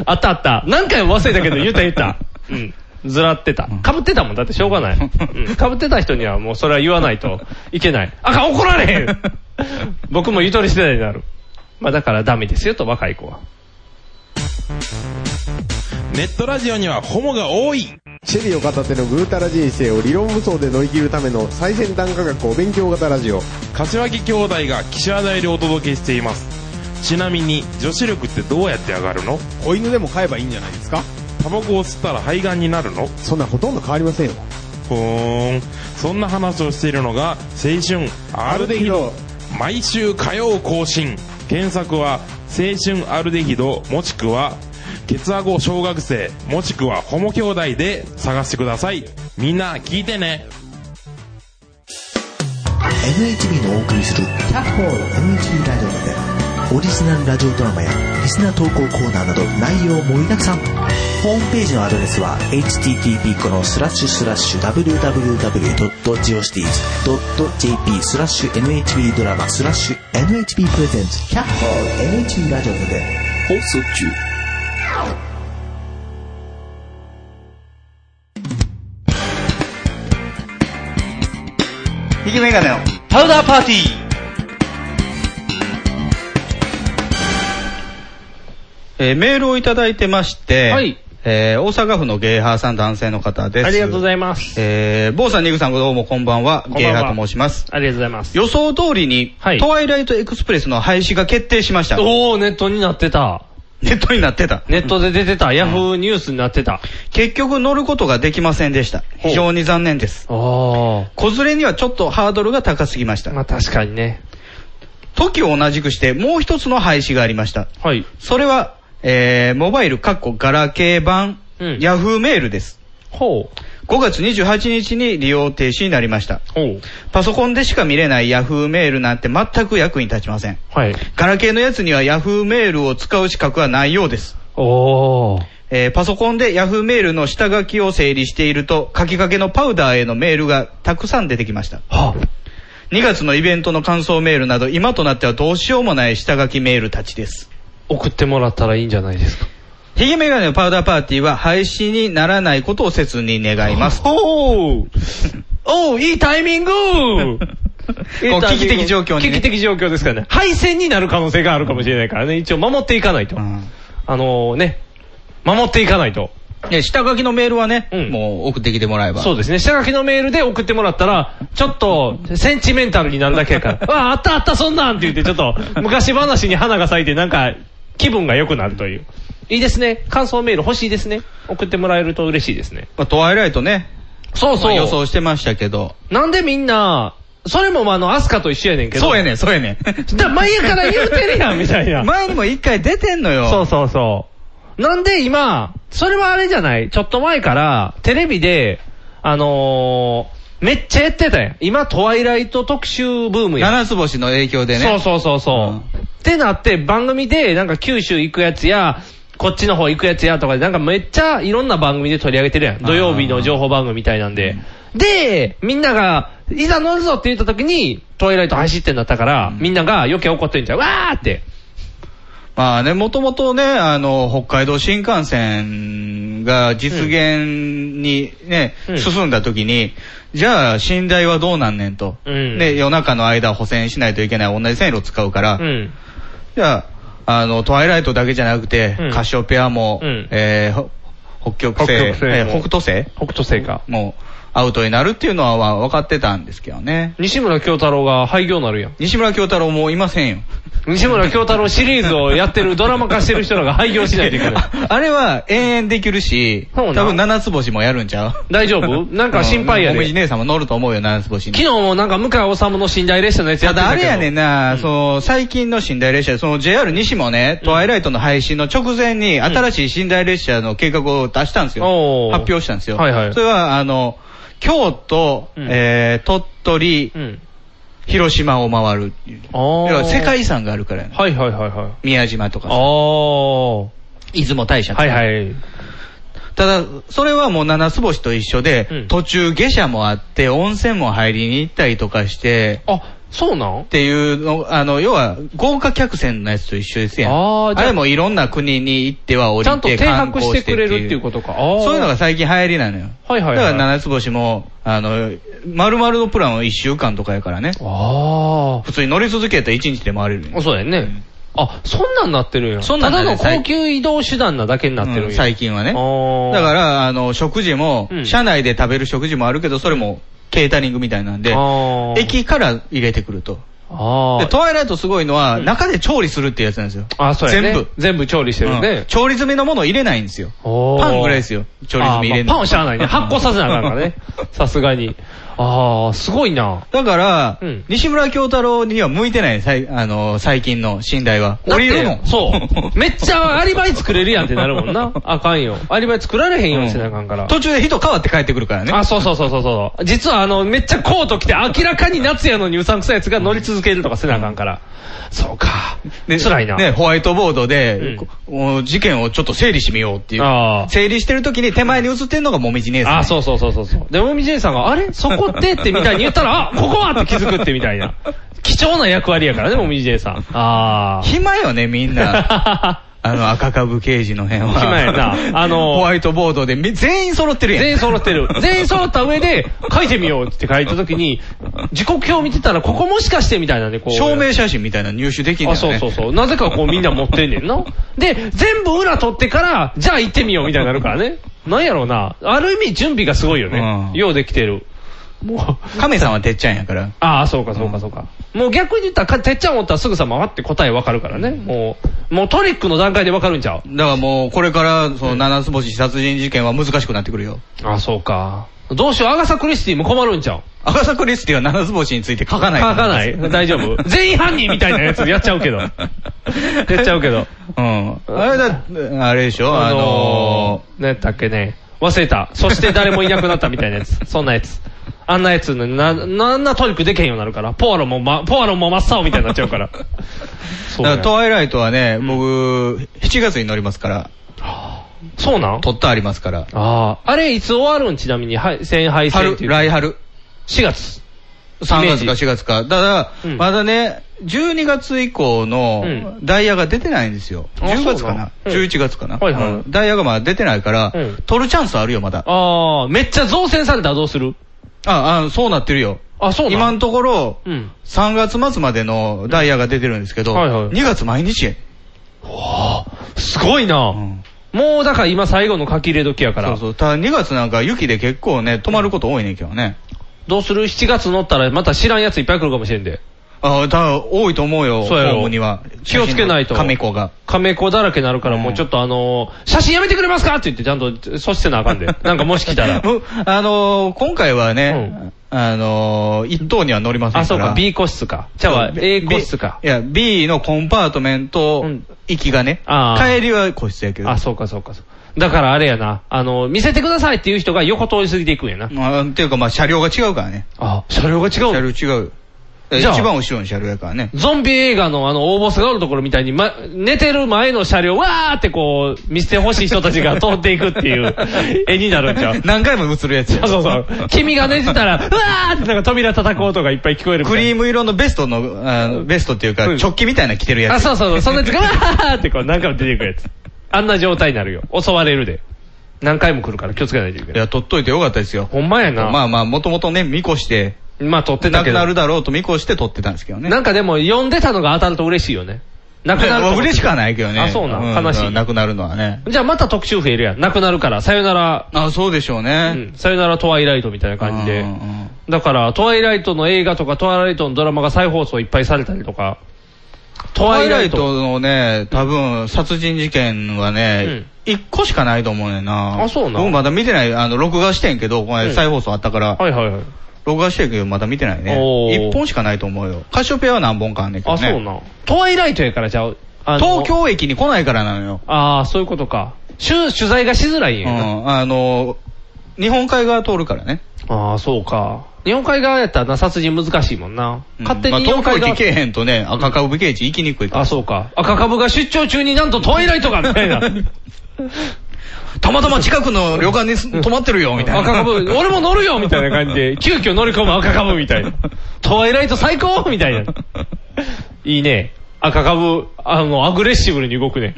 Speaker 2: あったあった。何回も忘れたけど、言った言った。うん。ずらってた。被ってたもん。だってしょうがない。うん、被ってた人にはもうそれは言わないといけない。あかん、怒られへん僕もゆとり世代になる。まあだからダメですよと、若い子は。
Speaker 1: ネットラジオにはホモが多い
Speaker 4: シェリーを片手のぐうたら人生を理論武装で乗り切るための最先端科学お勉強型ラジオ
Speaker 1: 柏木兄弟が岸和田よりお届けしていますちなみに女子力ってどうやって上がるの
Speaker 4: 子犬でも飼えばいいんじゃないですか
Speaker 1: タバコを吸ったら肺がんになるの
Speaker 4: そんなんほとんど変わりませんよ
Speaker 1: ふーんそんな話をしているのが青春アルデヒド毎週火曜更新検索は青春アルデヒドもしくはケツアゴ小学生もしくはホモ兄弟で探してくださいみんな聞いてね
Speaker 5: NHB のお送りする「キャッホール NHB ラジオ」でオリジナルラジオドラマやリスナー投稿コーナーなど内容盛りだくさんホームページのアドレスは http このスラッシュスラッシュ www.geocities.jp スラッシュ NHB ドラマスラッシュ NHB プレゼンツキャッホール NHB ラジオで放送中
Speaker 3: 引きメガネの
Speaker 2: パウダーパーティー
Speaker 3: えーメールをいただいてまして、
Speaker 2: はい
Speaker 3: えー大阪府のゲーハーさん男性の方です。
Speaker 2: ありがとうござ
Speaker 3: い
Speaker 2: います。
Speaker 3: ます。えー、坊さん、ニグさん、どうもこんばんは。
Speaker 2: んばんは
Speaker 3: ゲーハーと申します。
Speaker 2: ありがとうございます。
Speaker 3: 予想通りに、
Speaker 2: はい
Speaker 3: トワイライトエクスプレスの廃止が決定しました。
Speaker 2: おー、ネットになってた。
Speaker 3: ネットになってた。
Speaker 2: ネットで出てた。ヤフーニュースになってた。
Speaker 3: 結局乗ることができませんでした。非常に残念です。
Speaker 2: おー。
Speaker 3: 子連れにはちょっとハードルが高すぎました。
Speaker 2: まあ確かにね。
Speaker 3: 時を同じくしてもう一つの廃止がありました。
Speaker 2: はい。
Speaker 3: それは、えー、モバイルかっこガラケー版、
Speaker 2: うん
Speaker 3: ヤフーメールです。
Speaker 2: ほ
Speaker 3: 5月28日に利用停止になりました。
Speaker 2: う。ほう。
Speaker 3: パソコンでしか見れないヤフーメールなんて全く役に立ちません。
Speaker 2: はい。
Speaker 3: ガラケーのやつにはヤフーメールを使う資格はないようです。
Speaker 2: おー。
Speaker 3: えーパソコンでヤフーメールの下書きを整理していると、書きかけのパウダーへのメールがたくさん出てきました。
Speaker 2: は
Speaker 3: 2月のイベントの感想メールなど、今となってはどうしようもない下書きメールたちです。
Speaker 2: 送ってもらったらいいんじゃないですか。
Speaker 3: ヒゲメガネのパウダーパーティーは廃止にならないことを切に願います。こ
Speaker 2: おー。おー、いいタイ ミング
Speaker 3: う危機的状況に、ね。
Speaker 2: 危機的状況ですからね。敗戦になる可能性があるかもしれないからね。一応守っていかないと。
Speaker 3: うん
Speaker 2: あのね、守っていかないと。
Speaker 3: ね下書きのメールはね、
Speaker 2: うん
Speaker 3: もう送ってきてもらえば。
Speaker 2: そうですね。下書きのメールで送ってもらったら、ちょっと、センチメンタルになるだけや から。わあ、あったあった、そんなんって言って、ちょっと、昔話に花が咲いて、なんか、気分が良くなるという。いいですね。感想メール欲しいですね。送ってもらえると嬉しいですね。
Speaker 3: まあトワイライトね、
Speaker 2: そう
Speaker 3: まあ予想してましたけど。
Speaker 2: なんでみんな、それもまあ、あの、アスカと一緒やねんけど。
Speaker 3: そうやねん、そうやねん。
Speaker 2: だから前やから言うてるやん、みたい な。
Speaker 3: 前にも一回出てんのよ。
Speaker 2: そうそうそう。なんで今、それはあれじゃないちょっと前から、テレビで、あのー、めっちゃやってたやん。今、トワイライト特集ブームやん。
Speaker 3: 七つ星の影響でね。
Speaker 2: そうそうそうそう。ってなって、番組で、なんか九州行くやつや、こっちの方行くやつやとかで、なんかめっちゃいろんな番組で取り上げてるやん。土曜日の情報番組みたいなんで。で、みんなが、いざ乗るぞって言った時に、トワイライト走ってんだったから、みんなが余計怒ってんじゃん。わーって。
Speaker 3: まあね、もともとね、あの、北海道新幹線が実現にね、
Speaker 2: うん
Speaker 3: 進んだ時に、じゃあ、寝台はどうなんねんと。
Speaker 2: うん
Speaker 3: で、夜中の間補選しないといけない同じ線路使うから、
Speaker 2: うん。
Speaker 3: じゃあ、あの、トワイライトだけじゃなくて、
Speaker 2: うん
Speaker 3: カシオペアも、
Speaker 2: うん
Speaker 3: えーほ北極
Speaker 2: 北
Speaker 3: 星、
Speaker 2: 極星も
Speaker 3: えー北斗星
Speaker 2: 北斗星か。
Speaker 3: もアウトになるっていうのはまあ分かってたんですけどね。
Speaker 2: 西村京太郎が廃業なるやん。
Speaker 3: 西村京太郎もいませんよ。
Speaker 2: 西村京太郎シリーズをやってるドラマ化してる人らが廃業しないといけ ない。
Speaker 3: ああれは延々できるし、
Speaker 2: そう
Speaker 3: 多
Speaker 2: なん
Speaker 3: 分七つ星もやるんちゃう
Speaker 2: 大丈夫なんか心配や
Speaker 3: うんお
Speaker 2: で。
Speaker 3: みじ
Speaker 2: 昨
Speaker 3: 姉さんも乗ると思うよ、七つ星
Speaker 2: 日
Speaker 3: に。
Speaker 2: もなんか向井治の寝台列車のやつやって
Speaker 3: ただ
Speaker 2: た
Speaker 3: あ
Speaker 2: け
Speaker 3: れ
Speaker 2: ど。
Speaker 3: やねんな、その最近の寝台列車、その JR 西もね、トワイライトの配信の直前に新しい寝台列車の計画を出したんですよ。
Speaker 2: おー
Speaker 3: 発表したんですよ。
Speaker 2: はいはい
Speaker 3: それは、あの、京都、
Speaker 2: うん
Speaker 3: えー、鳥取、
Speaker 2: うん。
Speaker 3: 広島を回るっていう。
Speaker 2: あ
Speaker 3: 要は
Speaker 2: あ。
Speaker 3: 世界遺産があるからやね。
Speaker 2: はいはいはいはい。
Speaker 3: 宮島とか
Speaker 2: あ
Speaker 3: さ、
Speaker 2: あ。は
Speaker 3: 出雲大社
Speaker 2: い
Speaker 3: とか。
Speaker 2: はい。
Speaker 3: ただ、それはもう七つ星と一緒で、
Speaker 2: うん
Speaker 3: 途中下車もあって、温泉も入りに行ったりとかして、
Speaker 2: あ、そうなん
Speaker 3: っていうの、あの、要は、豪華客船のやつと一緒ですやん。
Speaker 2: あーじゃあ
Speaker 3: れもいろんな国に行っては降り
Speaker 2: ち
Speaker 3: て
Speaker 2: ゃんと停
Speaker 3: 観
Speaker 2: 泊
Speaker 3: 光
Speaker 2: してくれるっていうことか。ああ。
Speaker 3: そういうのが。最近流行りなのよ。
Speaker 2: はいはいはい
Speaker 3: だから七つ星も、あの、丸々のプランを一週間とかやからね。
Speaker 2: あ
Speaker 3: 普通に乗り続けたら一日で回れるよ
Speaker 2: あ。そうやんね。あ、そんなんなってるんや。
Speaker 3: そんなんな
Speaker 2: た
Speaker 3: ん
Speaker 2: だ
Speaker 3: や
Speaker 2: の高級移動手段なだけになってる
Speaker 3: うんん
Speaker 2: や。
Speaker 3: 最近はね。
Speaker 2: ああ。
Speaker 3: だから、あの、食事も、
Speaker 2: うん
Speaker 3: 車内で食べる食事もあるけど、それも、ケータリングみたいなんで、
Speaker 2: あー
Speaker 3: 駅から入れてくると。
Speaker 2: あ
Speaker 3: で、
Speaker 2: ー
Speaker 3: トワイライトすごいのは、中で調理するってやつなんですよ。
Speaker 2: あ、そうやね。
Speaker 3: 全部。
Speaker 2: 全部調理してる
Speaker 3: うん
Speaker 2: ね。
Speaker 3: 調理済みのものを入れないんですよ。
Speaker 2: おー
Speaker 3: パンぐらいですよ。調理済み入れ
Speaker 2: あー
Speaker 3: る
Speaker 2: まあ
Speaker 3: の
Speaker 2: パンはしゃあ ないね。発酵させなあかんからね。さすがに。ああ、すごいな。
Speaker 3: だから、
Speaker 2: うん
Speaker 3: 西村京太郎には向いてない、さいあの、最近の寝台は。
Speaker 2: だって
Speaker 3: 降りるの
Speaker 2: そう。 めっちゃアリバイ作れるやんってなるもんな。あかんよ。アリバイ作られへんようにせなあかんから。
Speaker 3: 途中で人変わって帰ってくるからね。
Speaker 2: あ、そうそうそうそうそう。実はあの、めっちゃコート着て明らかに夏やのにうさんくさいやつが乗り続けるとかせなあかんから。そうか。
Speaker 3: で
Speaker 2: 辛いな。
Speaker 3: ね、ホワイトボードで、
Speaker 2: うん
Speaker 3: こお事件をちょっと整理してみようっていう。
Speaker 2: あー
Speaker 3: 整理してる時に手前に映ってんのがもみじ姉さん。
Speaker 2: あ、そうそうそうそうそう。で、もみじいさんが、あれそこってってみたいに言ったら、あ、ここはって気づくってみたいな。貴重な役割やからね、もみじいさん。ああ。
Speaker 3: 暇よね、み んな。あの、赤株刑事の辺は。
Speaker 2: 暇や なあの
Speaker 3: ホワイトボードでみ全員揃ってるやん。
Speaker 2: 全員揃ってる。 全員揃った上で、書いてみようって書いた時に、時刻表を見てたら、ここもしかしてみたいなんで、こう。
Speaker 3: 証明写真みたいなの入手できんだ
Speaker 2: あ、
Speaker 3: よね。
Speaker 2: そうそうそう。なぜかこうみんな持ってんねんな。で、全部裏取ってから、じゃあ行ってみようみたいになるからね。なんやろうな。ある意味準備がすごいよね。
Speaker 3: うん
Speaker 2: ようできてる。もう、
Speaker 3: 亀さんはてっちゃんやから。
Speaker 2: ああ、そうかそうかそうか。もう逆に言ったらか、てっちゃんおったらすぐさまわって答えわかるからね。もう、もうトリックの段階でわかるんちゃう
Speaker 3: だからもう、これから、その、七つ星殺人事件は難しくなってくるよ。
Speaker 2: ああ、そうか。どうしよう、アガサ・クリスティも困るんちゃう
Speaker 3: アガサ・クリスティは七つ星について書かない
Speaker 2: 書
Speaker 3: ら
Speaker 2: かない大丈 夫全員犯人みたいなやつやっちゃうけど。やっちゃうけど。
Speaker 3: うん。 あれだ、あれでしょあの
Speaker 2: ー、何やったっけね。忘れた。そして誰もいなくなったみたいな やつ。そんなやつ。あんなやつの、な、なあんなトリックでけへんようになるから。ポアロも、ま、ポアロも真っ青みたいになっちゃう から。そう
Speaker 3: ー、だ
Speaker 2: や
Speaker 3: からトワイライトはね、僕、7月に乗りますから、
Speaker 2: そうなん
Speaker 3: 撮ってありますから。
Speaker 2: ああ。あれ、いつ終わるんちなみに、はい、戦敗戦
Speaker 3: 春
Speaker 2: って、いう。
Speaker 3: 来春。
Speaker 2: 4月。
Speaker 3: 3月か
Speaker 2: イメージ
Speaker 3: 4月か。ただ、
Speaker 2: うん
Speaker 3: まだね、12月以降の
Speaker 2: うん
Speaker 3: ダイヤが出てないんですよ。
Speaker 2: あ
Speaker 3: 10月かな
Speaker 2: そうなのうん
Speaker 3: ?11 月かな、
Speaker 2: はいはい
Speaker 3: うんダイヤがまだ出てないから、
Speaker 2: うん
Speaker 3: 撮るチャンスあるよ、まだ。あ
Speaker 2: ああ、めっちゃ増戦されたらどうする
Speaker 3: あ、そうなってるよ。
Speaker 2: あ、そうなん
Speaker 3: 今のところ、
Speaker 2: うん。
Speaker 3: 3月末までのダイヤが出てるんですけど、
Speaker 2: はいはい
Speaker 3: 2月毎日、
Speaker 2: すごいな、
Speaker 3: うん
Speaker 2: もうだから今最後の書き入れ時やから。
Speaker 3: そうそう。ただ2月なんか雪で結構ね、止まること多いねんけどね。
Speaker 2: どうする ?7 月乗ったらまた知らんやついっぱい来るかもしれんで。
Speaker 3: ああ、だから多いと思うよ、
Speaker 2: そうやろ
Speaker 3: ホームには。
Speaker 2: 気をつけないと
Speaker 3: 亀子が。
Speaker 2: 亀子だらけになるから
Speaker 3: うん
Speaker 2: もうちょっとあのー写真やめてくれますかって言ってちゃんと阻止せなあか んで。なんかもし来たら。
Speaker 3: もうあのー今回はね、あのー一等には乗りませんから。
Speaker 2: あ、そうか、B 個室か。じゃあ A 個室か。
Speaker 3: B いや、B のコンパートメント
Speaker 2: うん、
Speaker 3: 行きがね、
Speaker 2: あー
Speaker 3: 帰りは個室やけど。
Speaker 2: あ、そうかそうかそう。だからあれやな、あのー見せてくださいっていう人が横通り過ぎていくんやな。
Speaker 3: まあ、っていうかまあ車両が違うからね。
Speaker 2: あ、車両が違
Speaker 3: 車
Speaker 2: う。
Speaker 3: 両違う。
Speaker 2: じゃあ
Speaker 3: 一番後ろの車両やからね。
Speaker 2: ゾンビ映画のあの、大ボスがおるところみたいに、ま、寝てる前の車両、わーってこう、見せてほしい人たちが通っていくって いう絵になるんちゃう
Speaker 3: 何回も映るやつや。
Speaker 2: そうそう そう。君が寝てたら、うわーってなんか扉叩く音がいっぱい聞こえるみたいな
Speaker 3: クリーム色のベストの、あのベストっていうか、
Speaker 2: うん
Speaker 3: 直ョッキみたいなの着てるや
Speaker 2: あ、
Speaker 3: つ。
Speaker 2: そうそうそう、そんなやつが、わーってこう何回も出てくるやつ。あんな状態になるよ。襲われるで。何回も来るから気をつけないといけ
Speaker 3: い
Speaker 2: ない。
Speaker 3: や、取っといてよかったですよ。
Speaker 2: ほんまやな。ま
Speaker 3: ま
Speaker 2: あ、
Speaker 3: あまあ、もともとね、見越して、
Speaker 2: 取ってた
Speaker 3: な
Speaker 2: け
Speaker 3: く
Speaker 2: ど。
Speaker 3: なるだろうと見越して取ってたんですけどね。
Speaker 2: なんかでも、呼んでたのが当たると嬉しいよね。なくなると
Speaker 3: まあ
Speaker 2: 思って。
Speaker 3: 嬉しくはないけどね。
Speaker 2: あ、そうなん。悲しい。
Speaker 3: なくなるのはね。
Speaker 2: じゃあまた特集増えるやん。なくなるから、さよなら、
Speaker 3: あ、そうでしょう
Speaker 2: う
Speaker 3: ね。
Speaker 2: ん、さよならトワイライトみたいな感じで
Speaker 3: うんう。ん
Speaker 2: だから、トワイライトの映画とか、トワイライトのドラマが再放送いっぱいされたりとか。ト
Speaker 3: ト
Speaker 2: ワ
Speaker 3: ワ
Speaker 2: イ
Speaker 3: イ
Speaker 2: ラ
Speaker 3: ラ
Speaker 2: イ
Speaker 3: イ
Speaker 2: ト。
Speaker 3: トのね、多分、殺人事件はね、一個しかないと思うねんな。
Speaker 2: あそうなん
Speaker 3: 僕まだ見てない、あの、録画してんけど、この
Speaker 2: うん
Speaker 3: 間再放送あったから、
Speaker 2: はいはいはい。
Speaker 3: 録画してんけど、まだ見てないね
Speaker 2: おー。
Speaker 3: 一本しかないと思うよ。カシオペアは何本かあんねんけど
Speaker 2: あ、
Speaker 3: ね。
Speaker 2: そうなん。トワイライトやからちゃう。あの
Speaker 3: 東京駅に来ないからなのよ。
Speaker 2: ああ、そういうことか。取取材がしづらいん
Speaker 3: う
Speaker 2: やな。
Speaker 3: ん、あの、日本海側通るからね。
Speaker 2: ああ、そうか。日本海側やったらな、殺人難しいもんな。
Speaker 3: うん
Speaker 2: 勝手
Speaker 3: まあ
Speaker 2: に日本
Speaker 3: 東
Speaker 2: 海
Speaker 3: 京
Speaker 2: 側
Speaker 3: 駅。けえへんとね、赤株刑事行きにくいから。
Speaker 2: あ、そうか。赤株が出張中になんとトワイライト がみたいな。
Speaker 3: たまたま近くの旅館にす泊まってるよ、みたい
Speaker 2: 赤
Speaker 3: な。
Speaker 2: 株、俺も乗るよみたいな感じ で、急遽乗り込む赤株みたいな。トワイライト最高みた いな。いいね。赤株、あの、アグレッシブに動くね。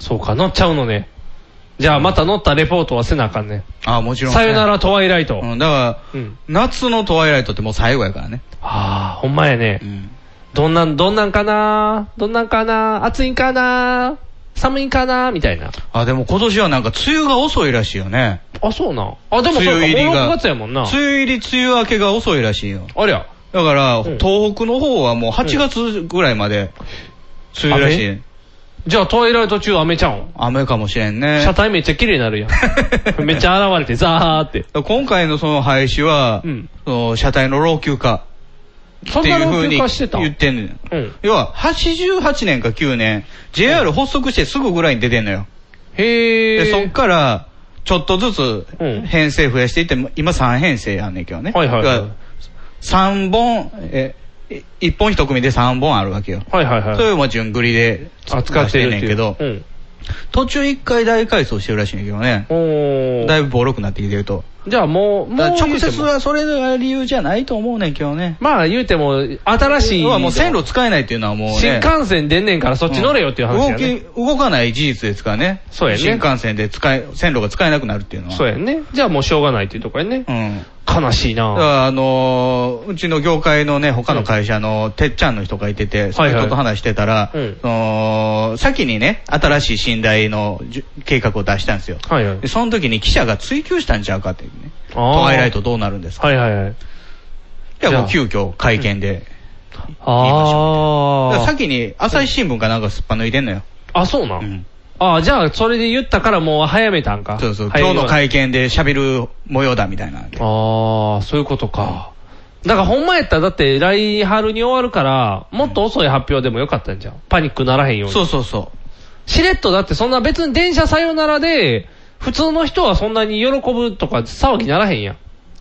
Speaker 2: そうか、乗っちゃうのね。じゃあまた乗ったレポートはせなあかんね。
Speaker 3: あ、もちろんね。
Speaker 2: さよならトワイライト。
Speaker 3: うん、だか
Speaker 2: う
Speaker 3: ら、
Speaker 2: ん
Speaker 3: 夏のトワイライトってもう最後やからね。
Speaker 2: ああ、ほんまやね。
Speaker 3: うん。
Speaker 2: どんなん、どんなんかなどんなんかな暑いんかな寒いんかなみたいな。
Speaker 3: あ、でも今年はなんか梅雨が遅いらしいよね。
Speaker 2: あ、そうなん。あ、でもそう
Speaker 3: 梅
Speaker 2: か、
Speaker 3: 雨入り
Speaker 2: もう
Speaker 3: が。
Speaker 2: 6月やもんな。
Speaker 3: 梅雨入り、梅雨明けが遅いらしいよ。
Speaker 2: ありゃ。
Speaker 3: だから、
Speaker 2: ん
Speaker 3: 東北の方はもう8月ぐらいまで、梅雨らしい。
Speaker 2: じゃあ、トワイライト中雨ちゃうん
Speaker 3: 雨かもしれんね。
Speaker 2: 車体めっちゃ綺麗になるや ん。めっちゃ現れて、ザーって。
Speaker 3: 今回のその廃止は、
Speaker 2: うん
Speaker 3: その車体の老朽化
Speaker 2: そ
Speaker 3: っ
Speaker 2: ん
Speaker 3: てい
Speaker 2: な老
Speaker 3: うふうに
Speaker 2: 朽化してた
Speaker 3: 言ってんねん。
Speaker 2: うん
Speaker 3: 要は、88年か9年、JR 発足してすぐぐらいに出てんのよ。
Speaker 2: へ
Speaker 3: で、
Speaker 2: ー。
Speaker 3: そっから、ちょっとずつ
Speaker 2: うん
Speaker 3: 編成増やしていって、今3編成やんねんけどね。
Speaker 2: はいはいはい
Speaker 3: 3本、え、1本1組で3本あるわけよ。
Speaker 2: はいはいはい。
Speaker 3: それをまあ順繰りで
Speaker 2: 扱ってる
Speaker 3: 出
Speaker 2: っ
Speaker 3: してて
Speaker 2: いう。
Speaker 3: んねんけど、
Speaker 2: うん。
Speaker 3: 途中1回大改装してるらしいんだけどね。
Speaker 2: おー
Speaker 3: だいぶボロくなってきてると。
Speaker 2: じゃあもう、もう
Speaker 3: だから直
Speaker 2: 言う
Speaker 3: 接
Speaker 2: ても
Speaker 3: はそれが理由じゃないと思うねんけどね。
Speaker 2: まあ言うても、新しい。
Speaker 3: 要はもう線路使えないっていうのはもうね。
Speaker 2: 新幹線出んねんからそっち乗れよっていう話やね。
Speaker 3: 動き、動かない事実ですからね。
Speaker 2: そうやね
Speaker 3: 新幹線で使え、線路が使えなくなるっていうのは。
Speaker 2: そうやんね。じゃあもうしょうがないっていうとこやね
Speaker 3: う。ん。
Speaker 2: 悲しい
Speaker 3: だ
Speaker 2: な
Speaker 3: か
Speaker 2: ぁ。
Speaker 3: らあのーうちの業界のね、他の会社のてっちゃんの人がいてて、その人と話してたら、
Speaker 2: うん
Speaker 3: その先にね、新しい寝台のじゅ計画を出したんですよ。
Speaker 2: はいはい
Speaker 3: で。その時に記者が追求したんちゃうかっていうね。
Speaker 2: あー
Speaker 3: トワイライトどうなるんですか
Speaker 2: はいはいはい。
Speaker 3: いや、もう
Speaker 2: じ
Speaker 3: 急遽会見で。だから
Speaker 2: ああ。
Speaker 3: 先に朝日新聞かなんかすっぱ抜いてんのよ。
Speaker 2: あ、そうな。
Speaker 3: うん
Speaker 2: ああ、じゃあそれで言ったからもう早めたんか。
Speaker 3: そうそう。
Speaker 2: 早
Speaker 3: 今
Speaker 2: い
Speaker 3: 日の会見で喋る模様だみたいなんで。
Speaker 2: ああ、そういうことか。だからほんまやったらだって来春に終わるから、もっと遅い発表でもよかったんじゃん。パニックならへんように。
Speaker 3: そうそうそ
Speaker 2: しれっとだってそんな別に電車さよならで、普通の人はそんなに喜ぶとか騒ぎならへんやん。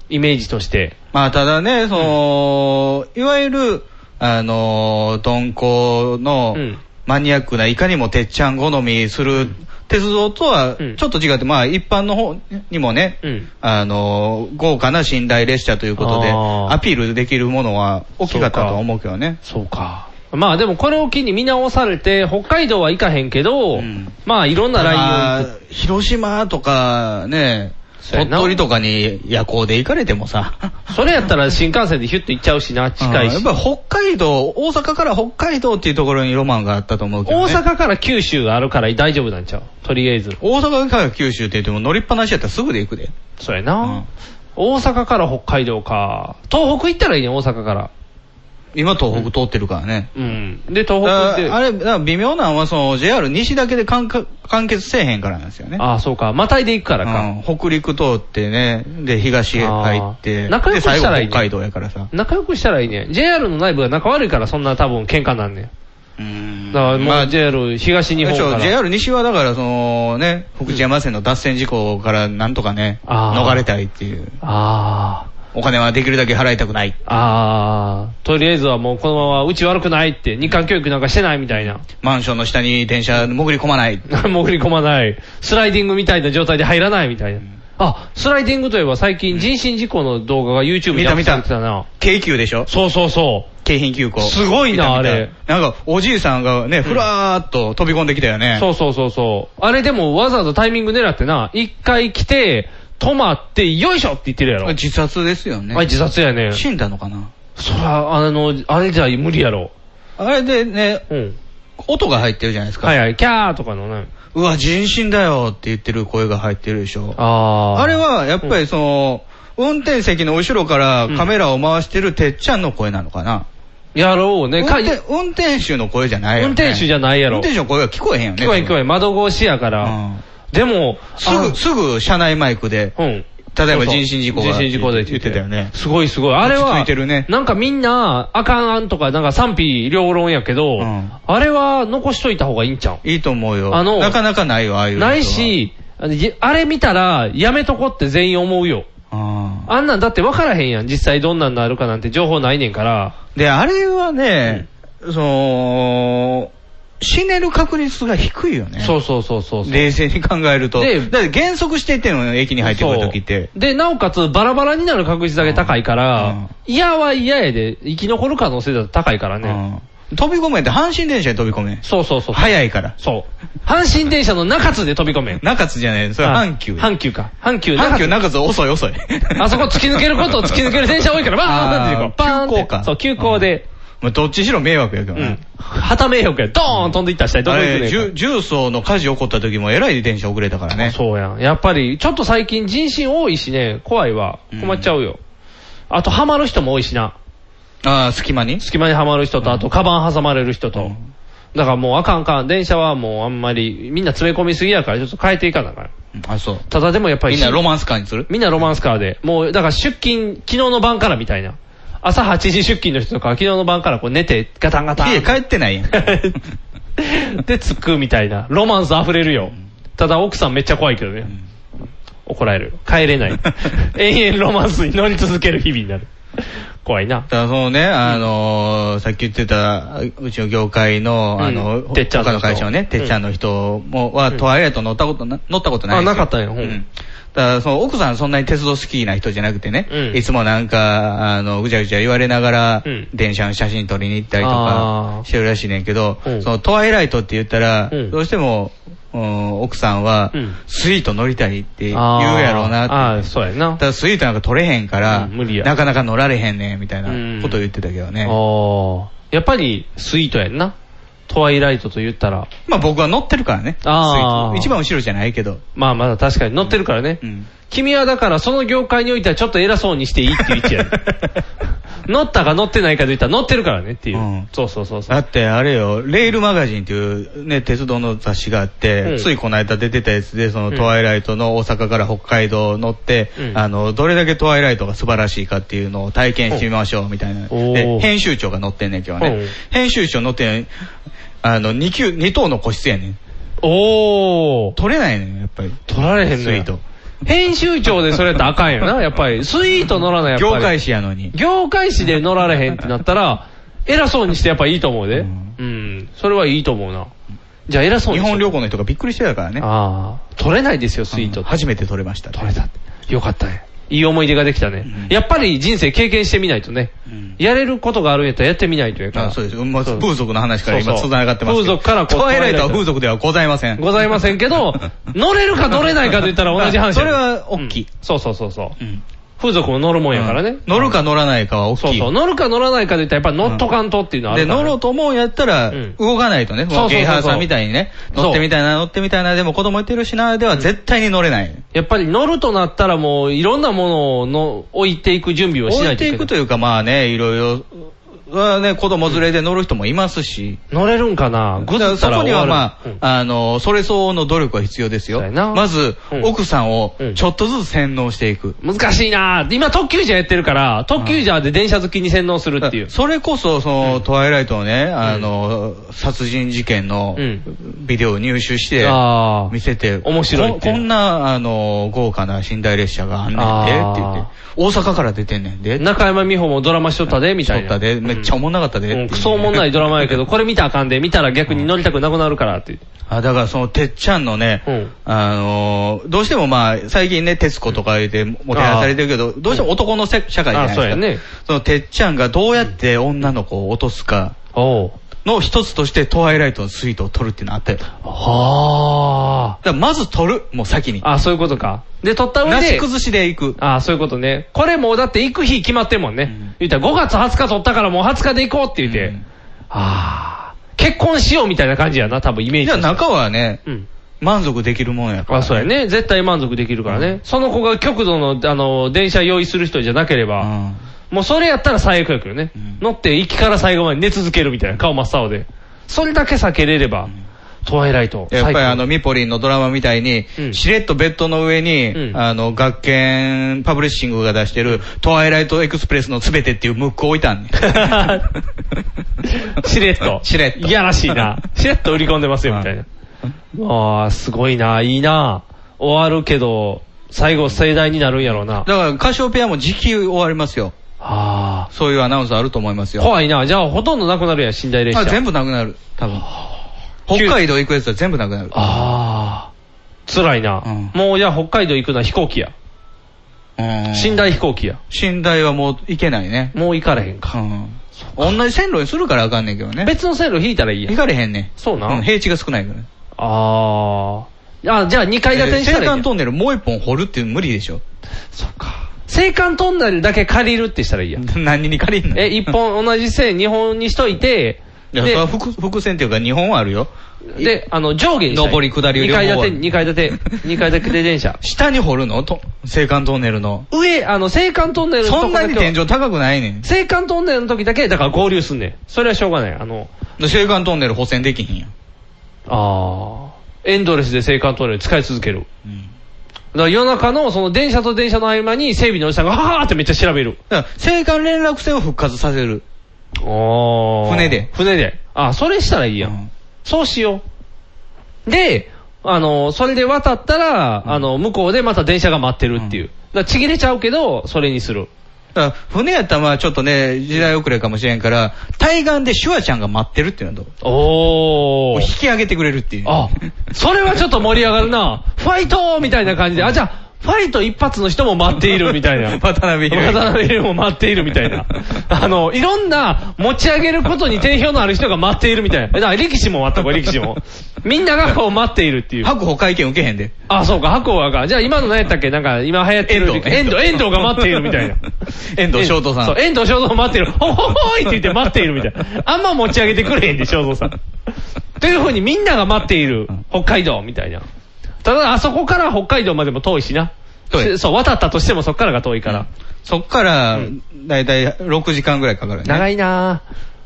Speaker 2: イメージとして。
Speaker 3: う。まあ、ただね、その、いわゆる、あのー、鈍行の
Speaker 2: うん
Speaker 3: マニアックないかにもてっちゃん好みする鉄道とは
Speaker 2: うん
Speaker 3: ちょっと違って、まあ、一般の方にもね、
Speaker 2: うん
Speaker 3: あのー、豪華な寝台列車ということで、
Speaker 2: あー
Speaker 3: アピールできるものは大きかったとは思うけどね。
Speaker 2: そうか。まあでもこれを機に見直されて、北海道は行かへんけど、
Speaker 3: うん
Speaker 2: まあいろんなラインを行く
Speaker 3: まあ広島とかね、
Speaker 2: そうや
Speaker 3: 鳥
Speaker 2: な
Speaker 3: 取とかに夜行で行かれてもさ、
Speaker 2: それやったら新幹線でヒュッと行っちゃうしな、近い
Speaker 3: うんや
Speaker 2: し
Speaker 3: っ。ぱり北海道、大阪から北海道っていうところにロマンがあったと思うけど、ね。
Speaker 2: 大阪から九州があるから大丈夫なんちゃうとりあえず。
Speaker 3: 大阪から九州って言っても乗りっぱなしやったらすぐで行くで。
Speaker 2: そうやな。
Speaker 3: うん
Speaker 2: 大阪から北海道か。東北行ったらいいね、大阪から。
Speaker 3: 今東北通ってるからね。
Speaker 2: うん。で、東
Speaker 3: だ
Speaker 2: 北
Speaker 3: か
Speaker 2: で。
Speaker 3: らあれ、だから微妙なのはその JR 西だけで完か完結せえへんからなんですよね。
Speaker 2: ああ、そうか。またいで行くからか。
Speaker 3: うん、北陸通ってね、で東へ入って、
Speaker 2: あー仲良
Speaker 3: で
Speaker 2: くし
Speaker 3: 最
Speaker 2: た
Speaker 3: 後
Speaker 2: らいいね
Speaker 3: 北海道やからさ。
Speaker 2: 仲良くしたらいいね。JR の内部が仲悪いからそんな多分喧嘩なんねん。
Speaker 3: うん
Speaker 2: だからも
Speaker 3: まあ
Speaker 2: う JR 東日本
Speaker 3: でし
Speaker 2: か
Speaker 3: ょ
Speaker 2: ら。
Speaker 3: JR 西はだからそのね、福知山線の脱線事故からなんとかね、
Speaker 2: あー
Speaker 3: 逃れたいっていう。
Speaker 2: ああ。
Speaker 3: お金はできるだけ払いたくない。
Speaker 2: ああ。とりあえずはもうこのままうち悪くないって、日韓教育なんかしてないみたいな。
Speaker 3: マンションの下に電車潜り込まない。
Speaker 2: 潜り込まない。スライディングみたいな状態で入らないみたいな。あ、スライディングといえば最近人身事故の動画が YouTube で
Speaker 3: 見た見た
Speaker 2: アップされてたな。
Speaker 3: 京急でしょ
Speaker 2: そうそうそ
Speaker 3: 京浜急行。
Speaker 2: すごいな
Speaker 3: 見た
Speaker 2: あ
Speaker 3: 見
Speaker 2: れ
Speaker 3: たなんか、おじいさんがね、ふらーっと飛び込んできたよね
Speaker 2: う。。そうそうそうそう。あれでもわざわざタイミング狙ってな、一回来て、止まって、よいしょって言ってるやろ。
Speaker 3: 自殺ですよね。
Speaker 2: あれ自殺やね。
Speaker 3: 死んだのかな
Speaker 2: そら、あの、あれじゃ無理やろ。
Speaker 3: あれでね、
Speaker 2: うん。
Speaker 3: 音が入ってるじゃないですか。
Speaker 2: はいはい、キャーとかのね。
Speaker 3: うわ、人身だよって言ってる声が入ってるでしょ。
Speaker 2: あー。
Speaker 3: あれは、やっぱりその、運転席の後ろからカメラを回してるてっちゃんの声なのかな、
Speaker 2: やろうね。
Speaker 3: 運
Speaker 2: か
Speaker 3: 転運転手の声じゃないよね。
Speaker 2: 運転手じゃないやろ
Speaker 3: 運転手の声が聞こえへんよね。
Speaker 2: 聞こえん聞こえ
Speaker 3: え。
Speaker 2: ん窓越しやから。
Speaker 3: うん
Speaker 2: でも、
Speaker 3: すぐ、すぐ車内マイクで、
Speaker 2: あ、うん。
Speaker 3: 例え
Speaker 2: そう
Speaker 3: ば
Speaker 2: そう
Speaker 3: 人身事故が。
Speaker 2: 人身事故で
Speaker 3: 言ってたよね。
Speaker 2: すごいすごい。あれ
Speaker 3: 落ち着
Speaker 2: はい
Speaker 3: てるね、
Speaker 2: なんかみんな、あかんあんとか、なんか賛否両論やけど、
Speaker 3: うん
Speaker 2: あれは残しといた方がいいんちゃ
Speaker 3: いいと思うよ。
Speaker 2: あの
Speaker 3: なかなかないよ、ああいううのは。
Speaker 2: ないし、あのいあれ見たら、やめとこって全員思うよ。
Speaker 3: ああ。
Speaker 2: あんなんだって分からへんやん。実際どんなんなるかなんて情報ないねんから。
Speaker 3: で、あれはね、その、死ねる確率が低いよね。
Speaker 2: そうそうそうそうそう。
Speaker 3: 冷静に考えると。
Speaker 2: で
Speaker 3: だって減速していってんのよ、駅に入ってくるときって。
Speaker 2: そうで、なおかつバラバラになる確率だけ高いか
Speaker 3: うんう
Speaker 2: ら
Speaker 3: ん、
Speaker 2: 嫌は嫌やで、生き残る可能性だと高いからね。
Speaker 3: うん飛び込めって、阪神電車に飛び込め。
Speaker 2: そうそうそう。
Speaker 3: 早いから。
Speaker 2: そう。阪神電車の中津で飛び込めん。
Speaker 3: 中津じゃない、それ
Speaker 2: あ
Speaker 3: 阪急。
Speaker 2: 阪急か。阪急中
Speaker 3: 阪急
Speaker 2: 津。
Speaker 3: 中津遅い遅い。
Speaker 2: あそこ突き抜けることを 突き抜ける電車多いから、バーンって行こう。バーン
Speaker 3: あー
Speaker 2: って
Speaker 3: 急行か
Speaker 2: そう、急行で。
Speaker 3: まあどっちしろ迷惑やけど
Speaker 2: う
Speaker 3: ね
Speaker 2: ん。。旗名誉や。ドーン飛んでいったら下へど
Speaker 3: あ
Speaker 2: こ行く
Speaker 3: れ、
Speaker 2: ねん
Speaker 3: 重重曹の火事起こった時もえらい電車遅れたからね。
Speaker 2: そうやん。やっぱり、ちょっと最近人身多いしね、怖いわ。困っちゃうよ。あと、ハマる人も多いしな。
Speaker 3: ああ、隙間に
Speaker 2: 隙間にはまる人と、あと、カバン挟まれる人と。だからもうあかんあかん。電車はもうあんまり、みんな詰め込みすぎやから、ちょっと変えていかなあかん。
Speaker 3: あ、そう。
Speaker 2: ただでもやっぱり、
Speaker 3: みんなロマンスカーにする
Speaker 2: みんなロマンスカーで。もう、だから出勤、昨日の晩からみたいな。朝8時出勤の人とか、昨日の晩からこう寝て、ガタンガタン。
Speaker 3: 家帰ってないや ん。
Speaker 2: で、着くみたいな。ロマンス溢れるよ。ただ奥さんめっちゃ怖いけどね。怒られる。帰れ ない。延々ロマンスに乗り続ける日々になる。怖いな。
Speaker 3: だからそのね、あのーさっき言ってた、うちの業界の、
Speaker 2: うん
Speaker 3: あの、
Speaker 2: てっちゃんの
Speaker 3: 他
Speaker 2: 人
Speaker 3: の会社のね、てっちゃんの人も、は、トワイライト乗ったことな、乗ったことない
Speaker 2: あ、
Speaker 3: ですよ
Speaker 2: なかったよ。う
Speaker 3: うんん。だから、その奥さんそんなに鉄道好きな人じゃなくてね、
Speaker 2: うん
Speaker 3: いつもなんか、あの、ぐちゃぐちゃ言われながら、
Speaker 2: うん
Speaker 3: 電車の写真撮りに行ったりと
Speaker 2: あ
Speaker 3: か
Speaker 2: ー
Speaker 3: してるらしいねんけど、
Speaker 2: うん
Speaker 3: そのトワイライトって言ったら、
Speaker 2: うん
Speaker 3: どうしても、うん奥さんは、
Speaker 2: うん
Speaker 3: スイート乗りたいって言う
Speaker 2: あー
Speaker 3: やろうなって。
Speaker 2: ああ、そうやな
Speaker 3: た。だスイートなんか取れへんから、
Speaker 2: うん無理や
Speaker 3: なかなか乗られへんねん、みたいなことを言ってたけどね。
Speaker 2: ああ。やっぱり、スイートやんな。トワイライトと言ったら。
Speaker 3: まあ僕は乗ってるからね。
Speaker 2: あー
Speaker 3: スイート一番後ろじゃないけど。
Speaker 2: まあまだ確かに乗ってるからね。
Speaker 3: うん
Speaker 2: 君はだからその業界においてはちょっと偉そうにしていいっていう位置 やね乗ったか乗ってないかで言ったら乗ってるからねっていう。
Speaker 3: うん
Speaker 2: そうそうそうそう。
Speaker 3: だってあれよ、レールマガジンっていうね、鉄道の雑誌があって、
Speaker 2: うん
Speaker 3: ついこの間出てたやつで、その
Speaker 2: ん
Speaker 3: トワイライトの大阪から北海道乗って、
Speaker 2: うん
Speaker 3: あの、どれだけトワイライトが素晴らしいかっていうのを体験してみましょうみたいな。
Speaker 2: おお
Speaker 3: で、編集長が乗ってんねんけど
Speaker 2: おう
Speaker 3: ね。編集長乗ってんあの、2級、2等の個室やねん。
Speaker 2: おー。
Speaker 3: 取れないねん、やっぱり。
Speaker 2: 取られへん
Speaker 3: ス
Speaker 2: の
Speaker 3: イ
Speaker 2: や
Speaker 3: ート。
Speaker 2: 編集長でそれやったらあかんよ な、やっぱり。スイート乗らないやっぱり
Speaker 3: 業界誌やのに。
Speaker 2: 業界誌で乗られへんってなったら、偉そうにしてやっぱいいと思うで。う
Speaker 3: うんん。
Speaker 2: それはいいと思うな。じゃあ偉そうに
Speaker 3: 日
Speaker 2: し
Speaker 3: 本旅行の人がびっくりしてたからね。
Speaker 2: ああ。取れないですよ、スイートって。
Speaker 3: 初めて取れましたって。
Speaker 2: 取れたって。よかったね。いい思い出ができたね。やっぱり人生経験してみないとね。
Speaker 3: うん
Speaker 2: やれることがあるんやったらやってみないというか。
Speaker 3: あそうです。うんまあ、
Speaker 2: そう
Speaker 3: 風俗の話から
Speaker 2: そ
Speaker 3: 今
Speaker 2: うそう
Speaker 3: 繋がってます
Speaker 2: 風
Speaker 3: けど。
Speaker 2: 俗からこう
Speaker 3: トワイライトは風俗ではございません。
Speaker 2: ございませんけ ど、乗れるか乗れないかと言ったら同じ話やね。
Speaker 3: それは大きい
Speaker 2: うんそうそうそうそう
Speaker 3: う。ん
Speaker 2: 風俗も乗るもんやからね。
Speaker 3: 乗るか乗らないかは大
Speaker 2: そう
Speaker 3: きい。
Speaker 2: そう。乗るか乗らないかと言ったらやっぱ乗っとかんとっていうのはあ
Speaker 3: で、
Speaker 2: るから
Speaker 3: 乗
Speaker 2: ね。
Speaker 3: ろうと思うんやったら
Speaker 2: うん、
Speaker 3: 動かないとね。
Speaker 2: そうそうそうそう
Speaker 3: ゲイハーさんみたいにね、
Speaker 2: そう
Speaker 3: 乗ってみたいな、乗ってみたいな、でも子供いてるしな、では絶対に乗れない。
Speaker 2: やっぱり乗るとなったらもういろんなものをの置いていく準備をし
Speaker 3: 置
Speaker 2: ない
Speaker 3: い
Speaker 2: とい
Speaker 3: て
Speaker 2: け
Speaker 3: い
Speaker 2: な
Speaker 3: く
Speaker 2: い。
Speaker 3: というか、まあね、いろいろ、はね、子供連れで乗る人もいますし。
Speaker 2: 乗れるんかなぐず
Speaker 3: だ
Speaker 2: っ
Speaker 3: か
Speaker 2: た
Speaker 3: ら
Speaker 2: ら
Speaker 3: そこ
Speaker 2: 終
Speaker 3: に
Speaker 2: わ
Speaker 3: は
Speaker 2: る。
Speaker 3: ま
Speaker 2: うん
Speaker 3: あ、あの、それ相応の努力は必要です
Speaker 2: そう
Speaker 3: よ。
Speaker 2: やな
Speaker 3: まず
Speaker 2: うん、
Speaker 3: 奥さんを
Speaker 2: うん
Speaker 3: ちょっとずつ洗脳していく。
Speaker 2: 難しいなぁ今特急ジャーやってるから、特急ジャーで電車好きに洗脳するっていう。
Speaker 3: それこそ、その、トワイライトのね、あの、殺人事件の
Speaker 2: うん
Speaker 3: ビデオを入手して、
Speaker 2: あ
Speaker 3: 見せて、
Speaker 2: 面白いって
Speaker 3: こ。こんな、あの、豪華な寝台列車があんねんで、
Speaker 2: あー
Speaker 3: って言って。大阪から出てんねんで。
Speaker 2: あ。中山美穂もドラマしとったで、みたい
Speaker 3: 撮
Speaker 2: な。
Speaker 3: ったで、めっちゃおもんなかったで。
Speaker 2: うん、クソおもんないドラマやけど、これ見たらあかんで、見たら逆に乗りたくなくなるからって。
Speaker 3: あ、だからその、てっちゃんのね、
Speaker 2: うん
Speaker 3: あのー、どうしてもまあ、最近ね、徹子とか言って、もてはやされてるけど、どうしても男のせ社会じゃないですか。
Speaker 2: あそうやね
Speaker 3: その、てっちゃんがどうやって女の子を落とすか
Speaker 2: おう。
Speaker 3: の一つとして、トワイライトのスイートを撮るっていうのあったよ。だか
Speaker 2: は
Speaker 3: らまず撮る、もう先に
Speaker 2: あ。。あ、そういうことか。で、撮った上
Speaker 3: なし
Speaker 2: で、
Speaker 3: 崩しで行く。
Speaker 2: ああ、そういうことね。これもうだって行く日決まってんもんね。言ったら5月20日撮ったからもう20日で行こうって言って。
Speaker 3: うん
Speaker 2: ああ。結婚しようみたいな感じやな、多分イメージ。
Speaker 3: じゃあ中はね、
Speaker 2: うん。
Speaker 3: 満足できるもんやから。
Speaker 2: あ、そうやね。絶対満足できるからね。その子が極度の、あの、電車用意する人じゃなけれ
Speaker 3: う
Speaker 2: ば、
Speaker 3: ん。
Speaker 2: もうそれやったら最悪やけどね。
Speaker 3: うん
Speaker 2: 乗って行きから最後まで寝続けるみたいな、顔真っ青で。それだけ避けれれば、トワイライト。
Speaker 3: やっぱり
Speaker 2: 最高
Speaker 3: あの、ミポリンのドラマみたいに、
Speaker 2: うん
Speaker 3: しれっとベッドの上に、
Speaker 2: うん。
Speaker 3: あの、学研パブリッシングが出してる、トワイライトエクスプレスのすべてっていうムックを置いたんね
Speaker 2: しれっと。
Speaker 3: しれっと。
Speaker 2: いやらしい な。しれっと売り込んでますよ、みたいな。ああ、すごいな、いいな。終わるけど、最後盛大になるんやろうな。
Speaker 3: だから、カシオペアも時期終わりますよ。
Speaker 2: あ
Speaker 3: そういうアナウンスあると思います
Speaker 2: あ。
Speaker 3: よ。
Speaker 2: 怖いな。じゃあ、ほとんどなくなるやん、寝台列車。
Speaker 3: あ全部なくなる。多分。北海道行くやつは全部なくなる。
Speaker 2: ああ。辛いな。
Speaker 3: うん
Speaker 2: もう、じゃあ、北海道行くのは飛行機や。
Speaker 3: うん
Speaker 2: 寝台飛行機や。
Speaker 3: 寝台はもう行けないね。
Speaker 2: もう行かれへんか。
Speaker 3: うん同じ線路にするからあかんねんけどね。
Speaker 2: 別の線路引いたらいいや
Speaker 3: 行
Speaker 2: ん。
Speaker 3: かれへんね
Speaker 2: そうな。
Speaker 3: ん。うん、平地が少ないから。
Speaker 2: ああ。あ、じゃあ、2階建てに
Speaker 3: えー
Speaker 2: した
Speaker 3: 青
Speaker 2: らいいやん
Speaker 3: 函トンネルもう一本掘るっていうの無理でしょ。
Speaker 2: そうか。青函トンネルだけ借りるってしたらいいやん。
Speaker 3: 何に借りんの
Speaker 2: え、一本同じ線、日本にしといて、
Speaker 3: いや、そ
Speaker 2: で
Speaker 3: れは伏伏線っていうか日本はあるよ。
Speaker 2: で、あの、上下にしたい
Speaker 3: 上り下り
Speaker 2: 二
Speaker 3: 両方
Speaker 2: 階建
Speaker 3: は
Speaker 2: て、二階建て、二階建て電車。
Speaker 3: 下に掘るのと、青函トンネルの。
Speaker 2: 上、あの、青函トンネルのと
Speaker 3: そ
Speaker 2: こ
Speaker 3: んな
Speaker 2: だけ
Speaker 3: に
Speaker 2: は
Speaker 3: 天井高くないねん。
Speaker 2: 青函トンネルの時だけ、だから合流すんねん。それはしょうがない。あの、
Speaker 3: 青函トンネル補線できひんやん。
Speaker 2: あー、エンドレスで青函トンネル使い続ける。
Speaker 3: うん
Speaker 2: だから夜中のその電車と電車の合間に整備のおじさんが、はーってめっちゃ調べる。
Speaker 3: だから青函連絡船を復活させる。
Speaker 2: あ
Speaker 3: 船で
Speaker 2: 船で。あ、それしたらいいやん。
Speaker 3: うん
Speaker 2: そうしよう。で、あの、それで渡ったら、あの、向こうでまた電車が待ってるっていう。だからちぎれちゃうけど、それにする。
Speaker 3: だから船やったらまあちょっとね、時代遅れかもしれんから、対岸でシュワちゃんが待ってるっていうのはどう
Speaker 2: お
Speaker 3: 引き上げてくれるっていう。
Speaker 2: あ、それはちょっと盛り上がるな。ファイトーみたいな感じで、あ、じゃあ、ファイト一発の人も 待っているみたいな。
Speaker 3: 渡辺裕
Speaker 2: 渡辺裕も待っているみたい な。あの、いろんな持ち上げることに定評のある人が待っているみたいな。だから力士も待ったこれ力士 も。みんながこう待っているっていう。
Speaker 3: 白鵬会見受けへんで。
Speaker 2: あ、そうか、白鵬はか。じゃあ今の何やったっけなんか今流行ってる。
Speaker 3: 遠藤
Speaker 2: 遠藤、遠藤が待っているみたいな。
Speaker 3: 遠藤翔太さん
Speaker 2: そう、遠藤翔太待ってる。 ほほほいって言って待っているみたいな。あんま持ち上げてくれへんで、翔太さ ん。というふうにみんなが待っている。北海道みたいな。ただ、あそこから北海道までも遠いしな。
Speaker 3: 遠い
Speaker 2: そう、渡ったとしてもそっからが遠いから。
Speaker 3: そっから、だいたい6時間ぐらいかかるよね。
Speaker 2: 長いな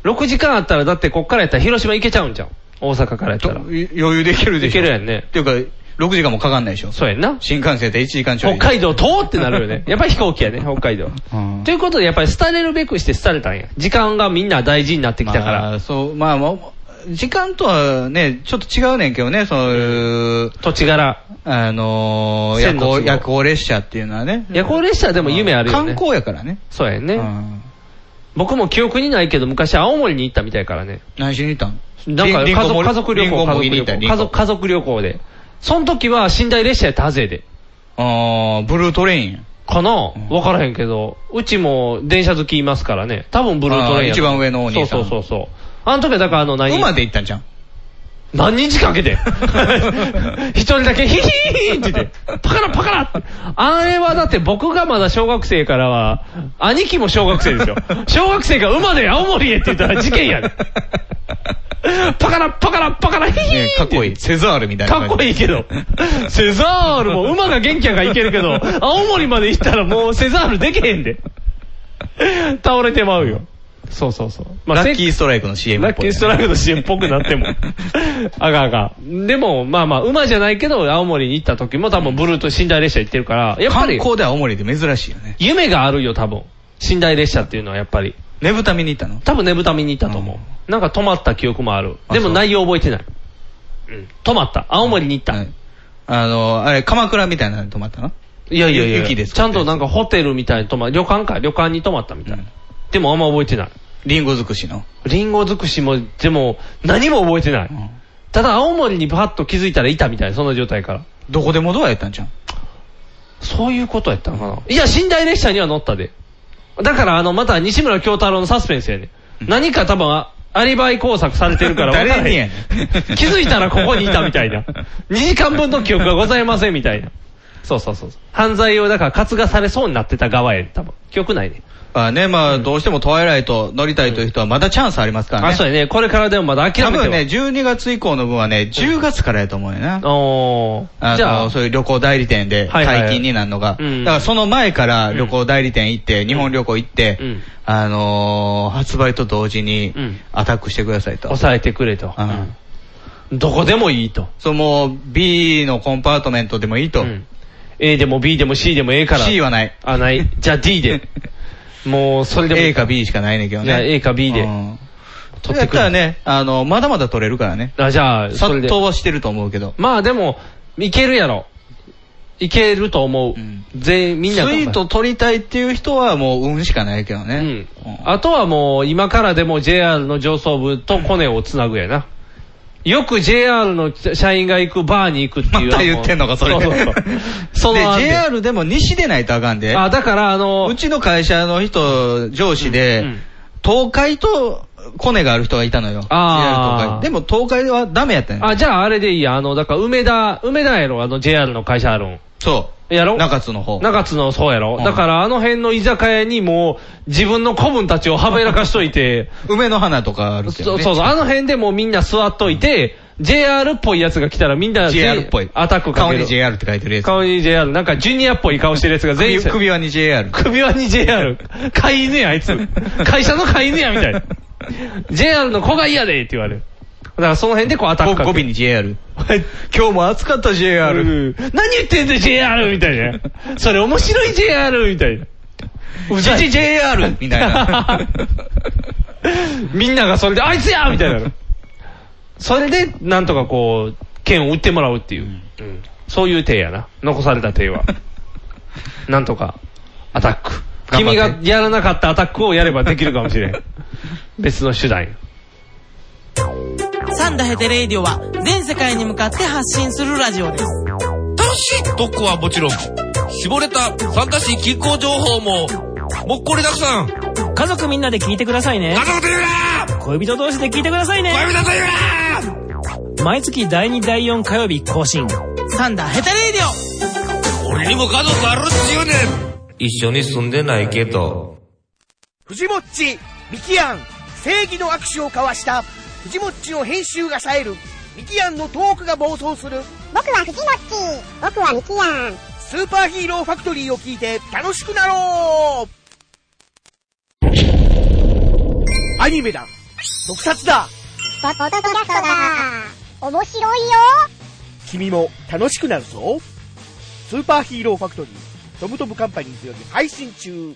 Speaker 2: ぁ。6時間あったら、だってこっからやったら広島行けちゃうんじゃん。大阪からやった
Speaker 3: と
Speaker 2: ら。
Speaker 3: 余裕できるで
Speaker 2: 行
Speaker 3: しょ。
Speaker 2: けるやんね
Speaker 3: っ。ていうか、6時間もかかんないでしょ。
Speaker 2: そうやんな。
Speaker 3: 新幹線で1時間ちょい
Speaker 2: 北。海道遠ってなるよね。やっぱり飛行機やね、北海道
Speaker 3: うん。
Speaker 2: ということで、やっぱり廃れるべくして廃れたんや。時間がみんな大事になってきたか
Speaker 3: ま
Speaker 2: ら。
Speaker 3: あ、そう、まあ、もう時間とはね、ちょっと違うねんけどね、そういう、
Speaker 2: 土地柄。
Speaker 3: あのー、
Speaker 2: 線路
Speaker 3: 夜
Speaker 2: 都合
Speaker 3: 行、夜行列車っていうのはね。
Speaker 2: 夜行列車はでも夢あるよ
Speaker 3: 観
Speaker 2: ね。
Speaker 3: 光やからね。
Speaker 2: そうや
Speaker 3: う
Speaker 2: ね。
Speaker 3: ん。
Speaker 2: 僕も記憶にないけど、昔青森に行ったみたいからね。
Speaker 3: 何しに行ったん
Speaker 2: なんか
Speaker 3: リ
Speaker 2: 家
Speaker 3: ンゴも
Speaker 2: 族家族旅
Speaker 3: リン
Speaker 2: 行、
Speaker 3: ゴ
Speaker 2: 家
Speaker 3: も
Speaker 2: 族
Speaker 3: ぎり
Speaker 2: 旅
Speaker 3: 行っ
Speaker 2: 行。家
Speaker 3: た
Speaker 2: 族
Speaker 3: リンゴ
Speaker 2: 家族旅行で。その時は寝台列車やったはずやで。
Speaker 3: あー、ブルートレインや。
Speaker 2: かなわからへんけど、うちも電車好きいますからね。多分ブルートレインや
Speaker 3: あー一番上のお兄さ
Speaker 2: そ
Speaker 3: ん
Speaker 2: うそうそうそう。あの時はだからあの何
Speaker 3: 馬で行ったんじゃん。
Speaker 2: 何日かけて 一人だけヒヒーンって言って、パカラパカラって。あれはだって僕がまだ小学生からは、兄貴も小学生ですよ。小学生が馬で青森へって言ったら事件やね。パカラパカラパカラヒヒーン
Speaker 3: ね
Speaker 2: って
Speaker 3: かっこいい。セザールみたいな
Speaker 2: か
Speaker 3: 感
Speaker 2: っ
Speaker 3: じ。
Speaker 2: こいいけど、セザールも馬が元気やからいけるけど、青森まで行ったらもうセザールでけへんで。倒れてまうよ。そうそうそう。ま
Speaker 3: ラッキー
Speaker 2: せ
Speaker 3: ストライクの CM
Speaker 2: ラ
Speaker 3: っ
Speaker 2: ッ
Speaker 3: ぽ
Speaker 2: キ
Speaker 3: いね、
Speaker 2: ーストライクの CM っぽくなっても。 あかんあかん。でも、まあまあ、馬じゃないけど、青森に行った時も多分ブルーと寝台列車行ってるから、やっぱ
Speaker 3: 観
Speaker 2: り
Speaker 3: 光では青森で珍しいよね。
Speaker 2: 夢があるよ、多分。寝台列車っていうのはやっぱり。
Speaker 3: ねぶた見に行ったの
Speaker 2: 多分ねぶた見に行ったと思う。なんか止まった記憶もある。
Speaker 3: あ
Speaker 2: でも
Speaker 3: そう
Speaker 2: 内容覚えてない。うん。止まった。青森に行った。
Speaker 3: はいあの、あれ、鎌倉みたいなのに泊まったの
Speaker 2: いやいやいや、
Speaker 3: 雪です
Speaker 2: ちゃんとなんかホテルみたいに泊ま、旅館か、旅館に泊まったみたい。
Speaker 3: うん
Speaker 2: でもあんま覚えてない。
Speaker 3: リンゴ尽くしの。
Speaker 2: リンゴ尽くしも、でも、何も覚えてない。
Speaker 3: うん
Speaker 2: ただ、青森にパッと気づいたらいたみたい、そんな状態から。
Speaker 3: どこでもドアやったんじゃん。
Speaker 2: そういうことやったのかな。いや、寝台列車には乗ったで。だから、あの、また西村京太郎のサスペンスやね。何か多分、あアリバイ工作されてるから分からへん
Speaker 3: 誰にやねん
Speaker 2: 気づいたらここにいたみたい な。2時間分の記憶がございませんみたいな。そうそうそうそう。犯罪をだから担がされそうになってた側やね、多分。記憶ないね。
Speaker 3: あね、まあ、どうしてもトワイライト乗りたいという人はまだチャンスありますからね。
Speaker 2: あ、そうやね。これからでもまだ諦
Speaker 3: 多
Speaker 2: めては
Speaker 3: 分ね、12月以降の分はね、10月からやと思うよな。
Speaker 2: おー。
Speaker 3: じ
Speaker 2: じ
Speaker 3: ゃ
Speaker 2: ゃ
Speaker 3: あ、
Speaker 2: あ、
Speaker 3: そういう旅行代理店で
Speaker 2: はいはいはい
Speaker 3: 解禁になるのが。
Speaker 2: うん
Speaker 3: だからその前から旅行代理店行って、日本旅行行って
Speaker 2: うん、
Speaker 3: あのー、発売と同時に
Speaker 2: うん
Speaker 3: アタックしてくださいと。
Speaker 2: 抑えてくれと
Speaker 3: う。ん
Speaker 2: どこでもいいと。
Speaker 3: そう、もう B のコンパートメントでもいいと
Speaker 2: う。ん A でも B でも C でも A から。
Speaker 3: C はない。
Speaker 2: あ、ない。じゃあ D で。もう、それでも。
Speaker 3: A か B しかないねんけど
Speaker 2: いや
Speaker 3: ね。
Speaker 2: A か B で
Speaker 3: うん
Speaker 2: 取っ
Speaker 3: や
Speaker 2: て
Speaker 3: っ
Speaker 2: くる
Speaker 3: たらね、あの、まだまだ取れるからね。
Speaker 2: あ、じゃあ、それ
Speaker 3: 殺
Speaker 2: で。
Speaker 3: 到はしてると思うけど。
Speaker 2: まあでも、いけるやろ。いけると思う
Speaker 3: うん。
Speaker 2: 全員、みんな
Speaker 3: スイート取りたいっていう人はもう運しかないけど
Speaker 2: う
Speaker 3: ね
Speaker 2: ん。。あとはもう、今からでも JR の上層部とコネをつなぐやな。よく JR の社員が行くバーに行くっていう。
Speaker 3: また言ってんのかそれ
Speaker 2: そうそうそう。そ
Speaker 3: で
Speaker 2: の案、で
Speaker 3: JR でも西でないとあかんで。
Speaker 2: あ、だからあの、
Speaker 3: うちの会社の人、上司
Speaker 2: う
Speaker 3: で、
Speaker 2: んうん
Speaker 3: 東海とコネがある人がいたのよ。
Speaker 2: あー
Speaker 3: JR 東海でも東海はダメやったんや。
Speaker 2: あ、じゃああれでいいや。あの、だから梅田、梅田やろ、あの JR の会社あるん。
Speaker 3: そ
Speaker 2: やろ
Speaker 3: 中津の方。
Speaker 2: 中津のそうやろ、
Speaker 3: うん
Speaker 2: だからあの辺の居酒屋にもう自分の子分たちをはべらかしといて、
Speaker 3: 梅の花とかあるけ
Speaker 2: そ
Speaker 3: ど、
Speaker 2: う
Speaker 3: ね。
Speaker 2: そうそう、あの辺でもうみんな座っといて、JR っぽいやつが来たらみんな
Speaker 3: JR っぽい。
Speaker 2: アタックか
Speaker 3: 顔
Speaker 2: ける。
Speaker 3: に JR って書いてるやつ。
Speaker 2: 顔に JR。なんかジュニアっぽい顔してるやつが全員
Speaker 3: 首。首輪に JR。
Speaker 2: 首輪に JR。飼い犬や、あいつ。会社の飼い犬や、みた いな。JR の子が嫌でって言われる。だからその辺でこうアタックか
Speaker 3: 語
Speaker 2: け
Speaker 3: 尾
Speaker 2: る。
Speaker 3: に JR。
Speaker 2: はい
Speaker 3: 今日も暑かった
Speaker 2: う
Speaker 3: JR。
Speaker 2: ん何言ってんだよ JR みたいな。それ面白い JR みたいな。
Speaker 3: うち JR! みたいな。
Speaker 2: みんながそれで、あいつやみたいな。それで、なんとかこう、剣を売ってもらうっていう。うんそういう手やな。残された手は。なんとか、アタック。
Speaker 3: 頑張っ
Speaker 2: 君
Speaker 3: て
Speaker 2: がやらなかったアタックをやればできるかもしれん。別の手段や。
Speaker 6: サンダヘテレイディオは全世界に向かって発信するラジオです。
Speaker 7: 楽しい特攻はもちろん、絞れた参加し気候情報も、もっこりたくさん。な
Speaker 6: 家族みんなで聞いてくださいね。
Speaker 7: るほど言うな
Speaker 6: 恋人同士で聞いてくださいね
Speaker 7: 恋人と言うな
Speaker 6: 毎月第2第4火曜日更新。サンダヘテレイディオ
Speaker 7: 俺にも家族あるっちゅうねん一緒に住んでないけど。
Speaker 8: 藤もっち、ミキアン、正義の握手を交わした、藤もっちの編集が冴える、ミキアンのトークが暴走する、
Speaker 9: 僕は藤もっち。僕はミキヤン。
Speaker 8: スーパーヒーローファクトリーを聞いて楽しくなろうアニメだ特撮だ
Speaker 9: ポッドキャストだ。面白いよ。
Speaker 8: 君も楽しくなるぞスーパーヒーローファクトリー、トムトムカンパニーズより配信中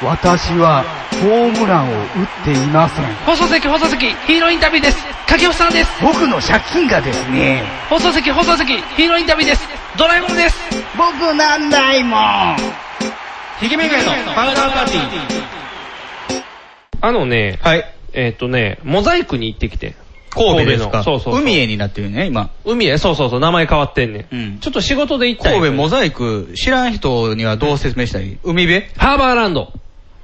Speaker 10: 私はホームランを打っていません。放送席、放送席、ヒーローインタビューです。竹尾さんです。僕の借金がですね。放送席、放送席、ヒーローインタビューです。ドラえもんです。僕なんないもん。
Speaker 2: あのね、
Speaker 3: はい。
Speaker 2: えっとね、モザイクに行ってきて。
Speaker 3: 神戸ですか
Speaker 2: 神戸のそうそうそう
Speaker 3: 海へになってるね、今。
Speaker 2: 海へ、そうそうそう、名前変わってんねん。
Speaker 3: うん
Speaker 2: ちょっと仕事で行ったんや
Speaker 3: 神戸モザイク、知らん人にはどう説明したらいい海辺
Speaker 2: ハーバーランド。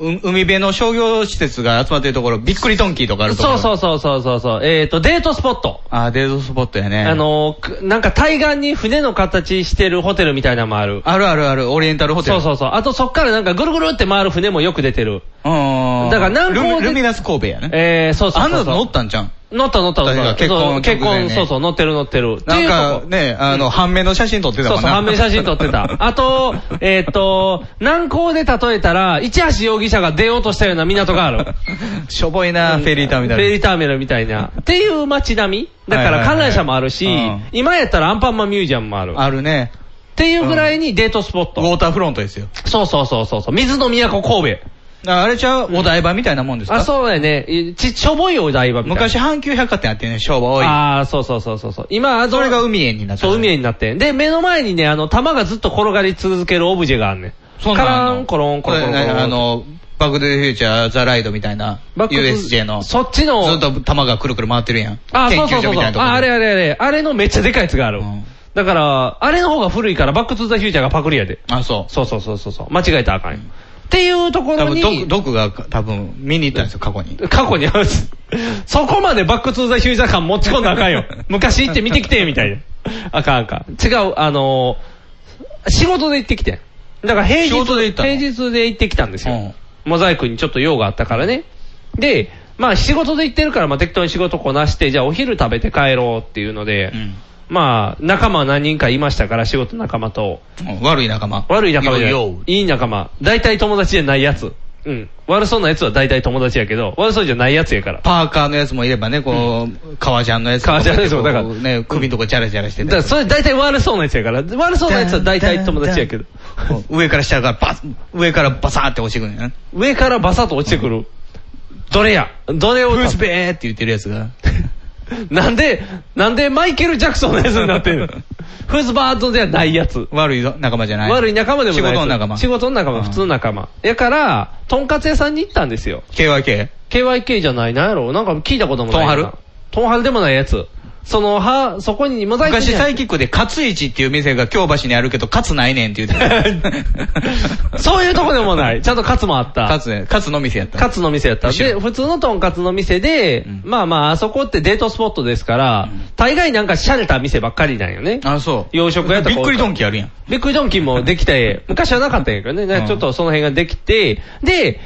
Speaker 3: う海辺の商業施設が集まってるところ、びっくりトンキーとかあるとこ
Speaker 2: そ
Speaker 3: ろ。
Speaker 2: うそうそうそうそうそう。えっと、デートスポット。
Speaker 3: あー、デートスポットやね。
Speaker 2: あ、のー、くなんか対岸に船の形してるホテルみたいなのもある。
Speaker 3: あるあるある、オリエンタルホテル。
Speaker 2: そうそうそう。あとそっからなんかぐるぐるって回る船もよく出てる。
Speaker 3: うーん。
Speaker 2: だから南方
Speaker 3: ルミ
Speaker 2: で
Speaker 3: ルミナス神戸やね。
Speaker 2: えー、そうそう
Speaker 3: あん
Speaker 2: そ
Speaker 3: な
Speaker 2: うそう。
Speaker 3: の乗ったんじゃん。
Speaker 2: 乗った乗った乗った。
Speaker 3: 確か結婚
Speaker 2: そう結
Speaker 3: 直前
Speaker 2: 婚、
Speaker 3: ね
Speaker 2: そうそう、乗ってる乗ってる。
Speaker 3: な
Speaker 2: っ
Speaker 3: んか
Speaker 2: ていうとこ
Speaker 3: ね、あの、半面の写真撮ってた
Speaker 2: そ
Speaker 3: も
Speaker 2: うそ
Speaker 3: ん
Speaker 2: う、
Speaker 3: な。
Speaker 2: 反面写真撮って た。あと、えーっと、南港で例えたら、市橋容疑者が出ようとしたような港がある。
Speaker 3: しょぼいな、フェリーターミナ
Speaker 2: フェ
Speaker 3: ル。
Speaker 2: リーターミナルみたいな。っていう街並みだか
Speaker 3: はいはい
Speaker 2: ら
Speaker 3: はい
Speaker 2: 観覧車もあるし
Speaker 3: うん、
Speaker 2: 今やったらアンパンマンミュージアムもある。っ
Speaker 3: あるね。
Speaker 2: ていうぐらいにデートスポッ
Speaker 3: ウ
Speaker 2: ト。
Speaker 3: ォーターフロントですよ。
Speaker 2: そうそうそうそうそう。水の都神
Speaker 3: ああれちゃうお台場みたいなもんです
Speaker 2: 戸。
Speaker 3: か
Speaker 2: あ、そうだよね。いち、しょぼいお台場みたいな。
Speaker 3: 昔、阪急百貨店あってね、商売多い。
Speaker 2: ああ、そうそうそうそうそう。今、あの
Speaker 3: それが海へになってる
Speaker 2: そう、海へになってん。で、目の前にね、あの、玉がずっと転がり続けるオブジェがあんねん。
Speaker 3: そう
Speaker 2: カ
Speaker 3: なの
Speaker 2: ラン、コロン、コロン、コロンコロン。
Speaker 3: あ、の、バックドゥフューチャー、ザライドみたいな、
Speaker 2: バック
Speaker 3: USJ の、ず
Speaker 2: そっちの、
Speaker 3: っと弾がくるくる回ってるやん。
Speaker 2: あ、そうそう
Speaker 3: 研究所
Speaker 2: そうそう。
Speaker 3: みたいなところ
Speaker 2: あ、あれあれあれ。あれのめっちゃでかいやつがある。
Speaker 3: うん
Speaker 2: だから、あれの方が古いから、バックトゥーザフューチャーがパクリやで。
Speaker 3: あ、そ
Speaker 2: そうそうそうそうそう。間違えたらあかんよ。っていうとこ
Speaker 3: う。多
Speaker 2: ろ
Speaker 3: 分、
Speaker 2: に、
Speaker 3: 毒、毒が多分、見に行ったんですよ、過去に。
Speaker 2: 過去にあるそこまでバックトゥーザフューチャー感持ち込んだらあかんよ。昔行って見てきて、みたいな。あかんあかん。違う、あのー仕事で行ってきてん。だから平日、
Speaker 3: 仕事で行ったの
Speaker 2: 平日で行ってきたんですよ。
Speaker 3: うん
Speaker 2: モザイクにちょっと用があったからね。で、まあ仕事で行ってるから、まあ適当に仕事こなして、じゃあお昼食べて帰ろうっていうので、
Speaker 3: うん
Speaker 2: まあ仲間何人かいましたから、仕事仲間と。
Speaker 3: うん悪い仲間。
Speaker 2: 悪い仲間じゃない
Speaker 3: ようよう
Speaker 2: いい仲間。大体友達じゃないやつ。うん。悪そうなやつは大体友達やけど、悪そうじゃないやつやから。
Speaker 3: パーカーのやつもいればね、こう、革ジャンのやつも
Speaker 2: 革ジャンのやつもだから
Speaker 3: こうね、首のとこチャラチャラして
Speaker 2: だか
Speaker 3: て
Speaker 2: らそれ大体悪そうなやつやから。悪そうなやつは大体友達やけど。
Speaker 3: こう 上から下からバッ、上からバサーって落ちてくるんやな。
Speaker 2: 上からバサッと落ちてくる。どれやどれを
Speaker 3: ブースベーって言ってるやつが。
Speaker 2: なんで、なんでマイケル・ジャクソンのやつになってんのフーズバードではないやつ。
Speaker 3: 悪い仲間じゃない。
Speaker 2: 悪い仲間でもないやつ
Speaker 3: 仕事の仲間。
Speaker 2: 仕事の仲間、普通の仲間。やから、とんかつ屋さんに行ったんですよ。
Speaker 3: KYK?
Speaker 2: KYK じゃない、なんやろなんか聞いたこともないな。
Speaker 3: トンハル
Speaker 2: トンハルでもないやつ。その、は、そこにモザイク
Speaker 3: 昔
Speaker 2: に
Speaker 3: サイキックで勝市っていう店が京橋にあるけど、勝ないねんって言って た。
Speaker 2: そういうとこでもない。ちゃんとカツもあった。
Speaker 3: 勝ね、勝の店やった。
Speaker 2: カツの店やった。
Speaker 3: 後ろ
Speaker 2: で、普通のとんかつの店で、まあまあ、あそこってデートスポットですから、大概なんか洒落た店ばっかりなんよね。
Speaker 3: あ、そう。
Speaker 2: 洋食屋とか。
Speaker 3: びっくりドンキーあるやん。
Speaker 2: びっくりドンキーもできて、昔はなかったんやけどね、ね
Speaker 3: うん
Speaker 2: ちょっとその辺ができて、で、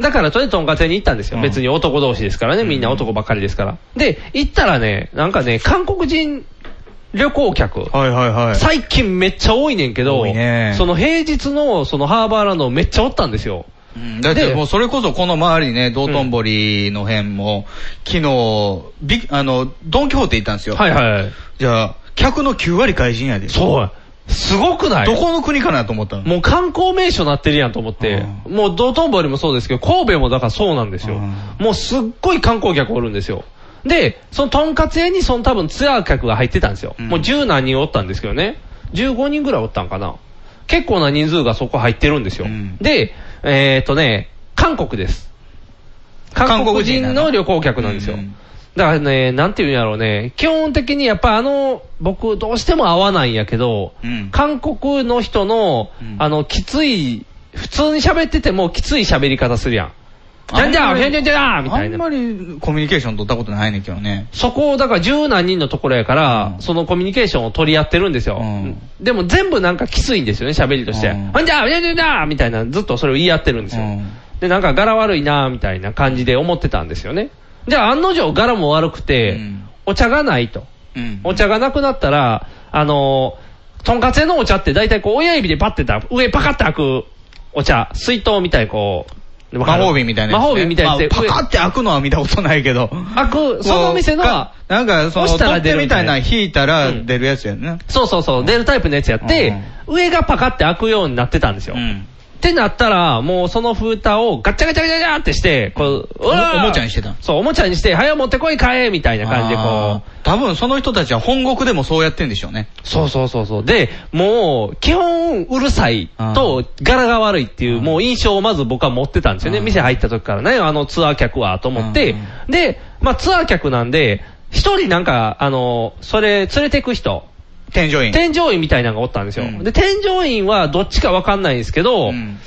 Speaker 2: だからそれでとんかつ屋に行ったんですよ。
Speaker 3: うん
Speaker 2: 別に男同士ですからね、みんな男ばっかりですから。で、行ったらね、なんかね、韓国人旅行客。
Speaker 3: はいはいはい。
Speaker 2: 最近めっちゃ多いねんけど
Speaker 3: 多いね、
Speaker 2: その平日のそのハーバーランドめっちゃおったんですよ。
Speaker 3: うんだって
Speaker 2: で
Speaker 3: もうそれこそこの周りね、道頓堀の辺も、昨日、ビあの、ドンキホーテ行ったんですよ。
Speaker 2: はいはい。
Speaker 3: じゃあ、客の9割外人やで。
Speaker 2: そう。すごくない
Speaker 3: どこの国かなと思ったの。
Speaker 2: もう観光名所なってるやんと思って、もう道頓堀もそうですけど、神戸もだからそうなんですよ。もうすっごい観光客おるんですよ。で、そのとんかつ屋にその多分ツアー客が入ってたんですよ。
Speaker 3: うん
Speaker 2: もう十何人おったんですけどね。15人ぐらいおったんかな。結構な人数がそこ入ってるんですよ。
Speaker 3: うん
Speaker 2: で、えーっとね、韓国です。韓
Speaker 3: 韓
Speaker 2: 国
Speaker 3: 国人な
Speaker 2: 人
Speaker 3: の
Speaker 2: の旅行客なんですよ。
Speaker 3: うん
Speaker 2: だからね、なんていうんやろうね、基本的にやっぱあの、僕どうしても合わないんやけど、
Speaker 3: うん
Speaker 2: 韓国の人の、
Speaker 3: うん
Speaker 2: あの、きつい、普通に喋っててもきつい喋り方するやん。じゃんじゃん、じゃんじゃんじゃんみた
Speaker 3: あ
Speaker 2: い
Speaker 3: ん
Speaker 2: な
Speaker 3: ま。りコミュニケーション取ったことないねんけどね。
Speaker 2: そこをだから十何人のところやから、
Speaker 3: うん
Speaker 2: そのコミュニケーションを取り合ってるんですよ。
Speaker 3: うん
Speaker 2: でも全部なんかきついんですよね、喋りとして。
Speaker 3: う
Speaker 2: あ
Speaker 3: ん
Speaker 2: んじゃん、じゃんじゃんじゃんみたいな、ずっとそれを言い合ってるんですよ。
Speaker 3: うん
Speaker 2: で、なんか柄悪いなみたいな感じで思ってたんですよね。じゃあ案の定柄も悪くて、
Speaker 3: うん
Speaker 2: お茶がないと。
Speaker 3: うん
Speaker 2: お茶がなくなったら、あのーとんかつ屋のお茶って大体こう親指でパッてた、上パカッて開くお茶、水筒みたいこう、わか
Speaker 3: 魔
Speaker 2: る
Speaker 3: 法瓶みたいなやつね、
Speaker 2: 魔法瓶みたいなやつ
Speaker 3: まあ
Speaker 2: で
Speaker 3: パカって開くのは見たことないけど。
Speaker 2: 開く、その店のは
Speaker 3: か、なんか、その、
Speaker 2: 押したら
Speaker 3: 取っ
Speaker 2: 出
Speaker 3: 手
Speaker 2: るみ
Speaker 3: み
Speaker 2: た
Speaker 3: た
Speaker 2: い
Speaker 3: い
Speaker 2: な
Speaker 3: なの引いたら
Speaker 2: うん
Speaker 3: 出るやつやね。
Speaker 2: そうそうそう、出るタイプのやつやって、上がパカって開くようになってたんですよ。
Speaker 3: うん
Speaker 2: ってなったら、もうその封筒をガチャガチャガチャガチャってして、こう、
Speaker 3: お
Speaker 2: うわー
Speaker 3: おもちゃにしてたの
Speaker 2: そう、おもちゃにして、早持ってこい、買えみたいな感じでこう
Speaker 3: あ。ー多分その人たちは本国でもそうやってんでしょうね。
Speaker 2: そうそうそうそう。で、もう、基本、うるさいと、柄が悪いっていう、
Speaker 3: うん
Speaker 2: もう印象をまず僕は持ってたんですよね。
Speaker 3: うん
Speaker 2: 店入った時からね、あのツアー客は、と思って。で、まあツアー客なんで、一人なんか、あの、それ、連れてく人、
Speaker 3: 添乗員。
Speaker 2: 添乗員みたいなのがおったんですよ。
Speaker 3: うん
Speaker 2: で、添乗員はどっちかわかんないんですけど、
Speaker 3: うん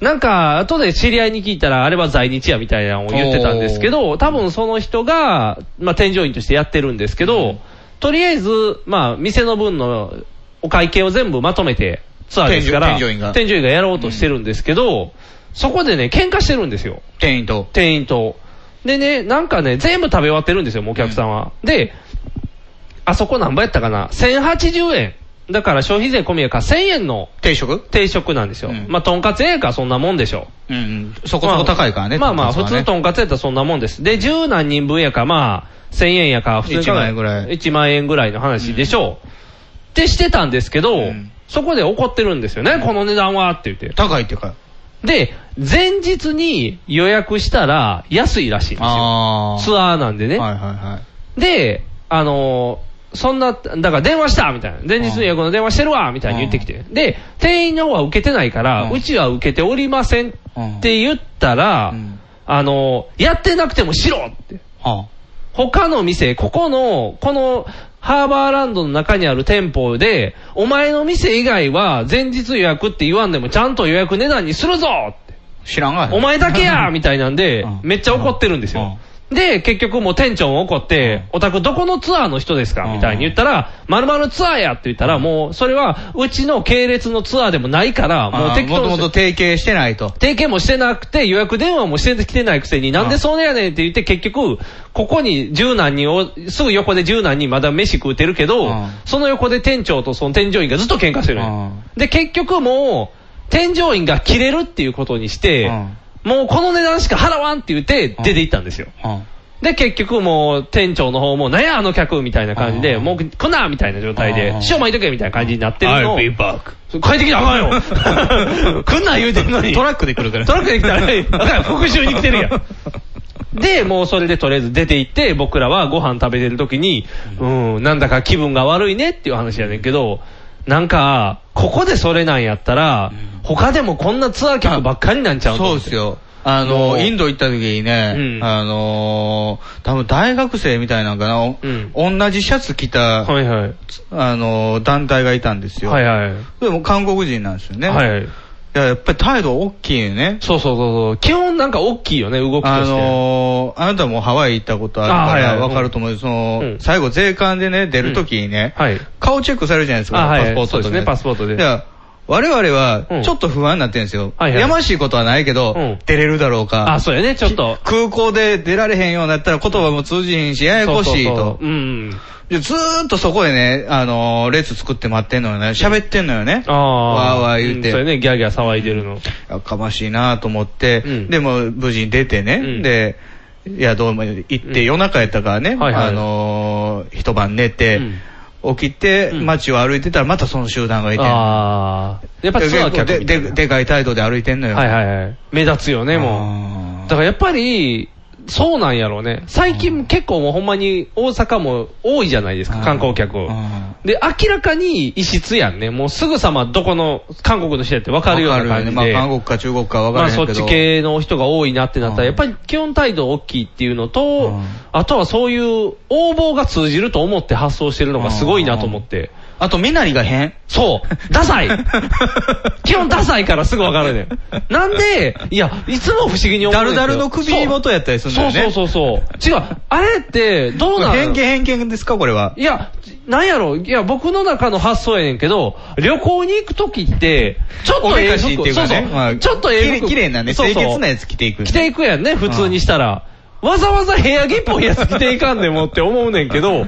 Speaker 2: なんか、後で知り合いに聞いたら、あれは在日やみたいなのを言ってたんですけど、多分その人が、まあ、添乗員としてやってるんですけど、とりあえず、まあ、店の分のお会計を全部まとめて、ツアーですから、
Speaker 3: 添乗添乗員が
Speaker 2: 添やろうとしてるんですけど、そこでね、喧嘩してるんですよ。
Speaker 3: 店員と。
Speaker 2: 店員と。でね、なんかね、全部食べ終わってるんですよ、もうお客さんは。で、あそこ何倍やったかな ?1080 円。だから消費税込みやから1000円の
Speaker 3: 定食
Speaker 2: 定食なんですよ。
Speaker 3: うん
Speaker 2: まあ、とんかつええか、そんなもんでしょ。
Speaker 3: うんうん。そこそこ高いからね。
Speaker 2: まあまあ、
Speaker 3: と
Speaker 2: 普
Speaker 3: んかつは
Speaker 2: 通
Speaker 3: ね
Speaker 2: とんかつやったらそんなもんです。で、十何人分やか、まあ、1000円やか、普通に考え
Speaker 3: 1万円ぐらい
Speaker 2: 1万円ぐらいの話でしょう。ってしてたんですけど、
Speaker 3: うん
Speaker 2: そこで怒ってるんですよね、この値段はって言って。
Speaker 3: 高いっていうか。
Speaker 2: で、前日に予約したら安いらしいんですよ。
Speaker 3: ああ。
Speaker 2: ツアーなんでね。
Speaker 3: はいはいはい。
Speaker 2: で、あのーそんな、だから電話したみたいな。前日の予約の電話してるわみたいに言ってきて。で、店員の方は受けてないから、
Speaker 3: うん
Speaker 2: うちは受けておりませんって言ったら、
Speaker 3: うん
Speaker 2: あのーやってなくてもしろって。
Speaker 3: は
Speaker 2: 他の店、ここの、この、ハーバーランドの中にある店舗で、お前の店以外は前日予約って言わんでもちゃんと予約値段にするぞって。
Speaker 3: あ。知らんが
Speaker 2: お前だけやみたいなんで
Speaker 3: うん、
Speaker 2: めっちゃ怒ってるんですよ。で、結局もう店長も怒って、お宅どこのツアーの人ですか
Speaker 3: うん
Speaker 2: みたいに言ったら、まるまるツアーやって言ったら、もうそれはうちの系列のツアーでもないから、もう適
Speaker 3: も
Speaker 2: 当
Speaker 3: と
Speaker 2: に
Speaker 3: もと提携してないと。
Speaker 2: 提携もしてなくて、予約電話もしてきてないくせに、なんでそうやねんって言って、結局、ここに十何人を、すぐ横で十何人まだ飯食うてるけど
Speaker 3: うん、
Speaker 2: その横で店長とその添乗員がずっと喧嘩してるのよ
Speaker 3: う
Speaker 2: で、結局もう、添乗員が切れるっていうことにして、もうこの値段しか払わんって言って、出て行ったんですよ。
Speaker 3: は
Speaker 2: で、結局もう、店長の方も、なんやあの客みたいな感じで、
Speaker 3: うん
Speaker 2: もう来なみたいな状態で
Speaker 3: うん、
Speaker 2: 塩巻いとけみたいな感じになってるのを、帰
Speaker 7: I'll
Speaker 2: っ
Speaker 7: be
Speaker 2: て
Speaker 7: back.
Speaker 2: きたらあかん よ来んな言うてんのに。
Speaker 3: トラックで来るから。
Speaker 2: トラックで来たら、 ええだから復讐に来てるやん。で、もうそれでとりあえず出て行って、僕らはご飯食べてる時に、うん、なんだか気分が悪いねっていう話やねんけど、なんか、ここでそれなんやったら、他でもこんなツアー客ばっかりなんちゃうと
Speaker 3: そ
Speaker 2: 思
Speaker 3: う
Speaker 2: っ
Speaker 3: で
Speaker 2: て
Speaker 3: すよ。あの、インド行った時にね、あのー、多分大学生みたいなんかな、同じシャツ着た、あのー、団体がいたんですよ。
Speaker 2: はいはい
Speaker 3: でも韓国人なんですよね。
Speaker 2: はいはい
Speaker 3: いややっぱり態度大きいよね。
Speaker 2: そうそうそうそう。基本なんか大きいよね、動きとして。
Speaker 3: あのーあなたもハワイ行ったことあるか
Speaker 2: あはい
Speaker 3: ら
Speaker 2: はい
Speaker 3: わかると思うけどその、最後税関でね、出るときにね、顔チェックされるじゃないですか、
Speaker 2: あはい
Speaker 3: パスポート
Speaker 2: そうですねパスポートで
Speaker 3: だから我々は、ちょっと不安になってるんですよ。
Speaker 2: はいはい
Speaker 3: やましいことはないけど、出れるだろうか。
Speaker 2: あそうやね、ちょっと。
Speaker 3: 空港で出られへんようになったら言葉も通じへんし、ややこしい
Speaker 2: そうそう
Speaker 3: と。でずーっとそこでね、あのー列作って待ってんのよね。喋ってんのよね。
Speaker 2: ああ。
Speaker 3: わーわー言うて
Speaker 2: うんそうやね、ギャーギャー騒いでるの。
Speaker 3: やかましいなと思って、でも無事に出てね、で、いや、どうも行って、夜中やったからね、
Speaker 2: はいはい
Speaker 3: あのー一晩寝て、起きて、街を歩いてたら、またその集団がいて。
Speaker 2: あやっぱツアー客
Speaker 3: ででででかい態度で歩いてんのよ。
Speaker 2: はいはいはい。目立つよね、もう。だからやっぱり、そうなんやろうね。最近結構もうほんまに大阪も多いじゃないですか、観光客。で、明らかに異質やんね。もうすぐさまどこの韓国の人やって分かるような
Speaker 3: わか
Speaker 2: 感
Speaker 3: る
Speaker 2: じ
Speaker 3: よね
Speaker 2: で。
Speaker 3: まあ、韓国か中国か分か
Speaker 2: まあ
Speaker 3: らへん
Speaker 2: そ
Speaker 3: け
Speaker 2: っ
Speaker 3: ど。
Speaker 2: ち系の人が多いなってなったら、やっぱり基本態度大きいっていうのと、あとはそういう応募が通じると思って発想してるのがすごいなと思って。
Speaker 3: あと、身なりが変
Speaker 2: そう。ダ サい基本ダサいからすぐわかるねん。なんで、いや、いつも不思議に思う
Speaker 3: ダ
Speaker 2: ね
Speaker 3: ル
Speaker 2: んですよ。
Speaker 3: ダルの首元やったりするんだよね。
Speaker 2: そうそうそうそう。違う、あれってどうなの
Speaker 3: 偏見偏見ですか、これは。
Speaker 2: いや、なんやろ、いや、僕の中の発想やねんけど、旅行に行くときって、ちょっとええ服
Speaker 3: おめかしいっていうかね
Speaker 2: そうそう
Speaker 3: まあ
Speaker 2: ちょっとええ
Speaker 3: きれ
Speaker 2: 服
Speaker 3: いきれいなね
Speaker 2: そうそう
Speaker 3: 清潔なやつ着ていくよね
Speaker 2: 着ていくやんね、普通にしたら。わざわざ部屋着っぽいやつ着ていかんでもって思うねんけど、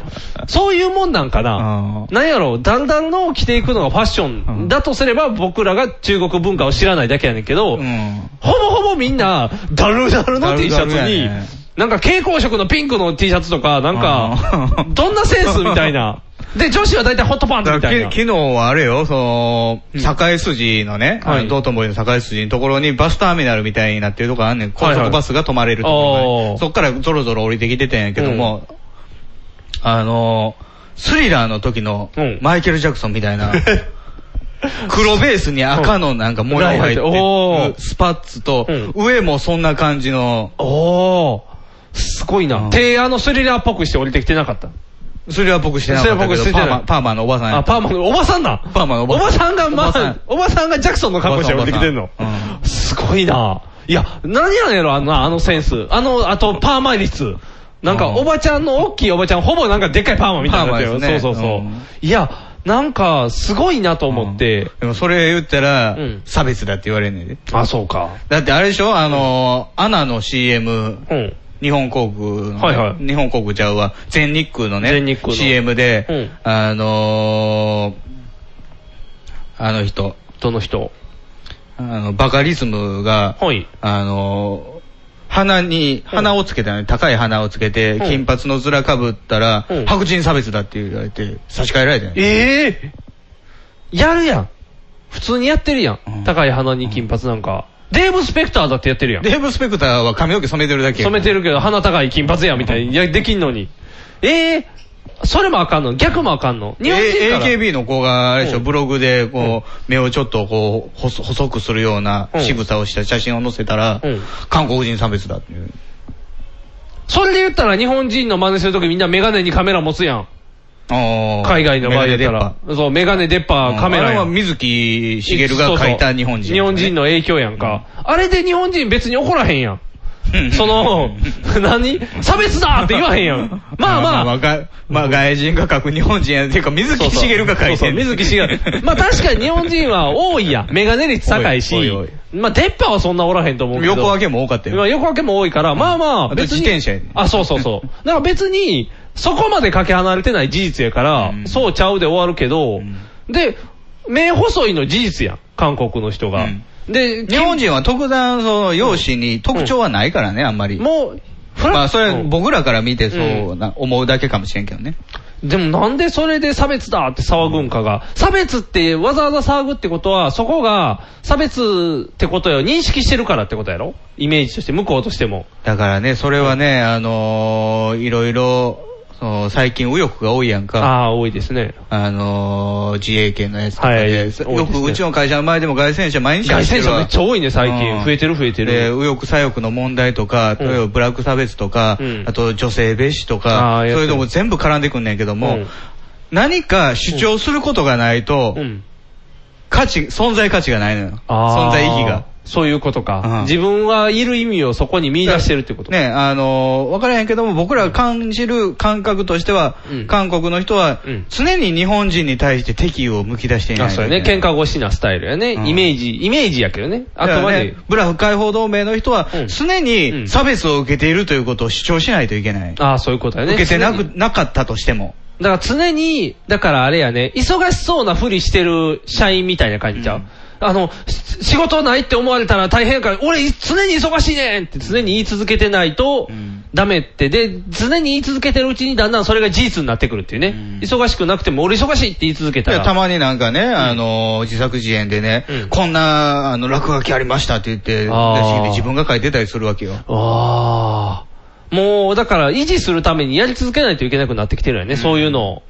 Speaker 2: そういうもんなんかな。なんやろ、だんだんのを着ていくのがファッションだとすれば、僕らが中国文化を知らないだけやねんけど、ほぼほぼみんな、ダルダルの T シャツ
Speaker 3: ダルダル
Speaker 2: に
Speaker 3: やね、
Speaker 2: なんか蛍光色のピンクの T シャツとか、なんか、どんなセンスみたい な。で、女子は大体ホットパンツみ
Speaker 3: だか
Speaker 2: たい
Speaker 3: ら
Speaker 2: な
Speaker 3: き。昨日はあれよ、その、境筋のね、あの道頓堀の境筋のところにバスターミナルみたいになってるとこあんねん。高速バスが止まれるところがね
Speaker 2: おー
Speaker 3: そっからゾロゾロ降りてきてたんやけども、あのー、スリラーの時のマイケル・ジャクソンみた いな、黒ベースに赤のなんか模様が入って
Speaker 2: うんお
Speaker 3: るスパッツと、上もそんな感じの、
Speaker 2: おー、すごいな。提案のスリラーっぽくして降りてきてなかった。
Speaker 3: スリラーっぽくしてなかったけ
Speaker 2: ス
Speaker 3: ど、
Speaker 2: リラーっぽくして
Speaker 3: パ
Speaker 2: な
Speaker 3: ー
Speaker 2: い
Speaker 3: マパーマのおばさんや
Speaker 2: あ、パーマの、おばさんだ
Speaker 3: パーマのお
Speaker 2: お
Speaker 3: ばさん。
Speaker 2: ばさんが、ま
Speaker 3: おばさ
Speaker 2: あ
Speaker 3: ん、
Speaker 2: おばさんがジャクソンの格好して降りてきてんの。すごいな。いや、何やねんやろ、あの、あのセンス。あの、あと、パーマ率。なんか、おばちゃんの、大きいおばちゃん、ほぼなんかでっかいパーマみたいになってる
Speaker 3: パーマですね
Speaker 2: そうそうそう。
Speaker 3: うん
Speaker 2: いや、なんか、すごいなと思って。
Speaker 3: でもそれ言ったら、差別だって言われんねんで。
Speaker 2: あ、そうか。
Speaker 3: だってあれでしょあのー、アナの CM、
Speaker 2: うん
Speaker 3: 日本航空のね、
Speaker 2: はいは
Speaker 3: 日本航空ちゃうわ、全日空のね、
Speaker 2: 全日空の
Speaker 3: CM で、あのー、あの人、
Speaker 2: どの人
Speaker 3: あの、バカリズムが、あのー、鼻に、鼻をつけてね、高い鼻をつけて、
Speaker 2: うん
Speaker 3: 金髪の面かぶったら、白人差別だって言われて、差し替えられてね。
Speaker 2: ええやるやん。普通にやってるやん。高い鼻に金髪なんか。デーブ・スペクターだってやってるやん。
Speaker 3: デーブ・スペクターは髪の毛染めてるだけや
Speaker 2: 染めてるけど、鼻高い金髪や、みたいに。いや、できんのに。ええそれもあかんの逆もあかんの日本人から。
Speaker 3: A- AKB の子が、あれでしょ、ブログで、こう、目をちょっとこう、細細くするような仕草をした写真を載せたら、韓国人差別だっていう。
Speaker 2: それで言ったら日本人の真似するときみんなメガネにカメラ持つやん。海
Speaker 3: 海
Speaker 2: 外の場合だったら。そう、メガネ、デッパー、カメラ
Speaker 3: あれ
Speaker 2: や
Speaker 3: は
Speaker 2: ん。
Speaker 3: 水木しげるが書いた日本人。
Speaker 2: 日本人の影響やんか。あれで日本人別に怒らへんやん。その、何差別だって言わへんや ん。まあまあ、
Speaker 3: まあ、がまあ外人が書く日本人や。っていうか、水木しげるが書い
Speaker 2: そうそ
Speaker 3: て
Speaker 2: う
Speaker 3: る。
Speaker 2: 水木しげる。まあ確かに日本人は多いやん。メガネ率高いし
Speaker 3: おいおいおい。
Speaker 2: まあ出っ歯はそんなおらへんと思うけど。
Speaker 3: 横分けも多かった
Speaker 2: ま
Speaker 3: よ。
Speaker 2: あ横分けも多いから、まあまあ、
Speaker 3: あと
Speaker 2: 別に。
Speaker 3: 自転車やね
Speaker 2: あ、そうそう そう。だから別に、そこまでかけ離れてない事実やから、そうちゃうで終わるけど、で、目細いの事実やん。韓国の人が。で、
Speaker 3: 日本人は特段、その、容姿に特徴はないからね、あんまり。
Speaker 2: もう、
Speaker 3: まあ、それは僕らから見てそうな、思うだけかもしれんけどね。
Speaker 2: でもなんでそれで差別だって騒ぐんかが。差別ってわざわざ騒ぐってことは、そこが差別ってことを認識してるからってことやろイメージとして、向こうとしても。
Speaker 3: だからね、それはね、あのーいろいろ、その最近右翼が多いやんか。
Speaker 2: ああ、多いですね。
Speaker 3: あのー、自衛権のやつとか
Speaker 2: はい多い
Speaker 3: で、
Speaker 2: ですね
Speaker 3: よくうちの会社の前でも外戦車毎日走ってるわ
Speaker 2: 外旋車めっちゃ多いね最近増えてる増えてる
Speaker 3: で、右翼左翼の問題とか、
Speaker 2: うん
Speaker 3: 例えばブラック差別とか、あと女性蔑視と
Speaker 2: あ
Speaker 3: か、そ
Speaker 2: ー
Speaker 3: う
Speaker 2: やってる
Speaker 3: いうのも全部絡んでくんねんけども、
Speaker 2: うん
Speaker 3: 何か主張することがないと、価値、存在価値がないのよ。存在意義が。。
Speaker 2: そういうことか。
Speaker 3: うん
Speaker 2: 自分はいる意味をそこに見出してるってこと。
Speaker 3: ね、あのー、わからへんけども、僕らが感じる感覚としては、韓国の人は、常に日本人に対して敵意を剥き出していない
Speaker 2: あ、
Speaker 3: の
Speaker 2: そう
Speaker 3: よ
Speaker 2: やね。喧嘩越しなスタイルやね。イメージ、イメージやけどね。あくま
Speaker 3: だから
Speaker 2: で
Speaker 3: ね。ブラフ解放同盟の人は、常に差別を受けているということを主張しないといけない。
Speaker 2: ああ、そういうことやね。
Speaker 3: 受けてなく
Speaker 2: 常に
Speaker 3: なかったとしても。
Speaker 2: だから常に、だからあれやね、忙しそうなふりしてる社員みたいな感じちゃう、あの、し仕事ないって思われたら大変やから、俺い常に忙しいねんって常に言い続けてないと、ダメって。で、常に言い続けてるうちにだんだんそれが事実になってくるっていうね。忙しくなくても俺忙しいって言い続けた
Speaker 3: い
Speaker 2: ら。
Speaker 3: やたまになんかね、あのー、自作自演でね、こんな、あの、落書きありましたって言って、出
Speaker 2: あー
Speaker 3: してきて自分が書いてたりするわけよ。
Speaker 2: ああ。もう、だから維持するためにやり続けないといけなくなってきてるよね、そういうのを。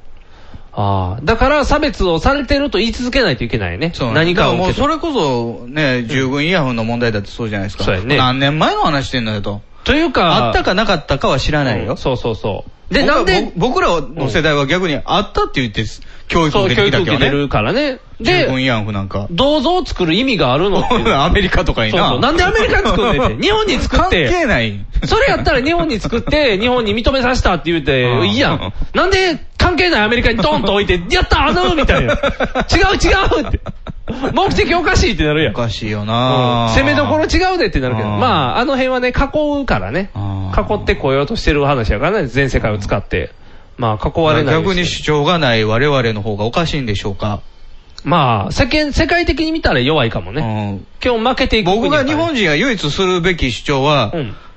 Speaker 2: ああ。だから差別をされてると言い続けないといけないよね。
Speaker 3: そう
Speaker 2: 何かを
Speaker 3: だら
Speaker 2: 受
Speaker 3: も
Speaker 2: け
Speaker 3: う
Speaker 2: 取る
Speaker 3: それこそね、従軍イヤホンの問題だってそうじゃないですか。
Speaker 2: そうやね
Speaker 3: 何年前の話してんのよと。
Speaker 2: というか
Speaker 3: あったかなかったかは知らないよ。
Speaker 2: そうそうそう。で
Speaker 3: で、
Speaker 2: な
Speaker 3: なんん
Speaker 2: で
Speaker 3: で僕らの世代は逆にあったって言って、教育を
Speaker 2: そう
Speaker 3: 受
Speaker 2: 教
Speaker 3: け
Speaker 2: 育
Speaker 3: てきた
Speaker 2: 受け
Speaker 3: けど
Speaker 2: て
Speaker 3: ね。
Speaker 2: るからね。
Speaker 3: 従
Speaker 2: で、
Speaker 3: 軍イヤホンなんか。
Speaker 2: 銅像を作る意味があるの っていう
Speaker 3: アメリカとかに
Speaker 2: そう
Speaker 3: な。
Speaker 2: そうなんでアメリカに作ん ねんって。日本に作って。
Speaker 3: 関係ない。
Speaker 2: それやったら日本に作 って、日本に認めさせたって言う
Speaker 3: う
Speaker 2: て、
Speaker 3: ん
Speaker 2: いいやん。なんで関係ないアメリカにドンと置いて、やったあ のみたいな。違う違うって。目的おかしいってなるやん。お
Speaker 3: かしいよな
Speaker 2: 攻めどころ違うでってなるけど。まあ、あの辺はね、囲うからね。囲ってこようとしてる話やからね、全世界を使って。まあ、囲われないよう
Speaker 3: 逆に主張がない我々の方がおかしいんでしょうか。
Speaker 2: まあ、世間、世界的に見たら弱いかもね。今日負けていく
Speaker 3: 僕が
Speaker 2: 国
Speaker 3: 日
Speaker 2: やからね
Speaker 3: 本人が唯一するべき主張は、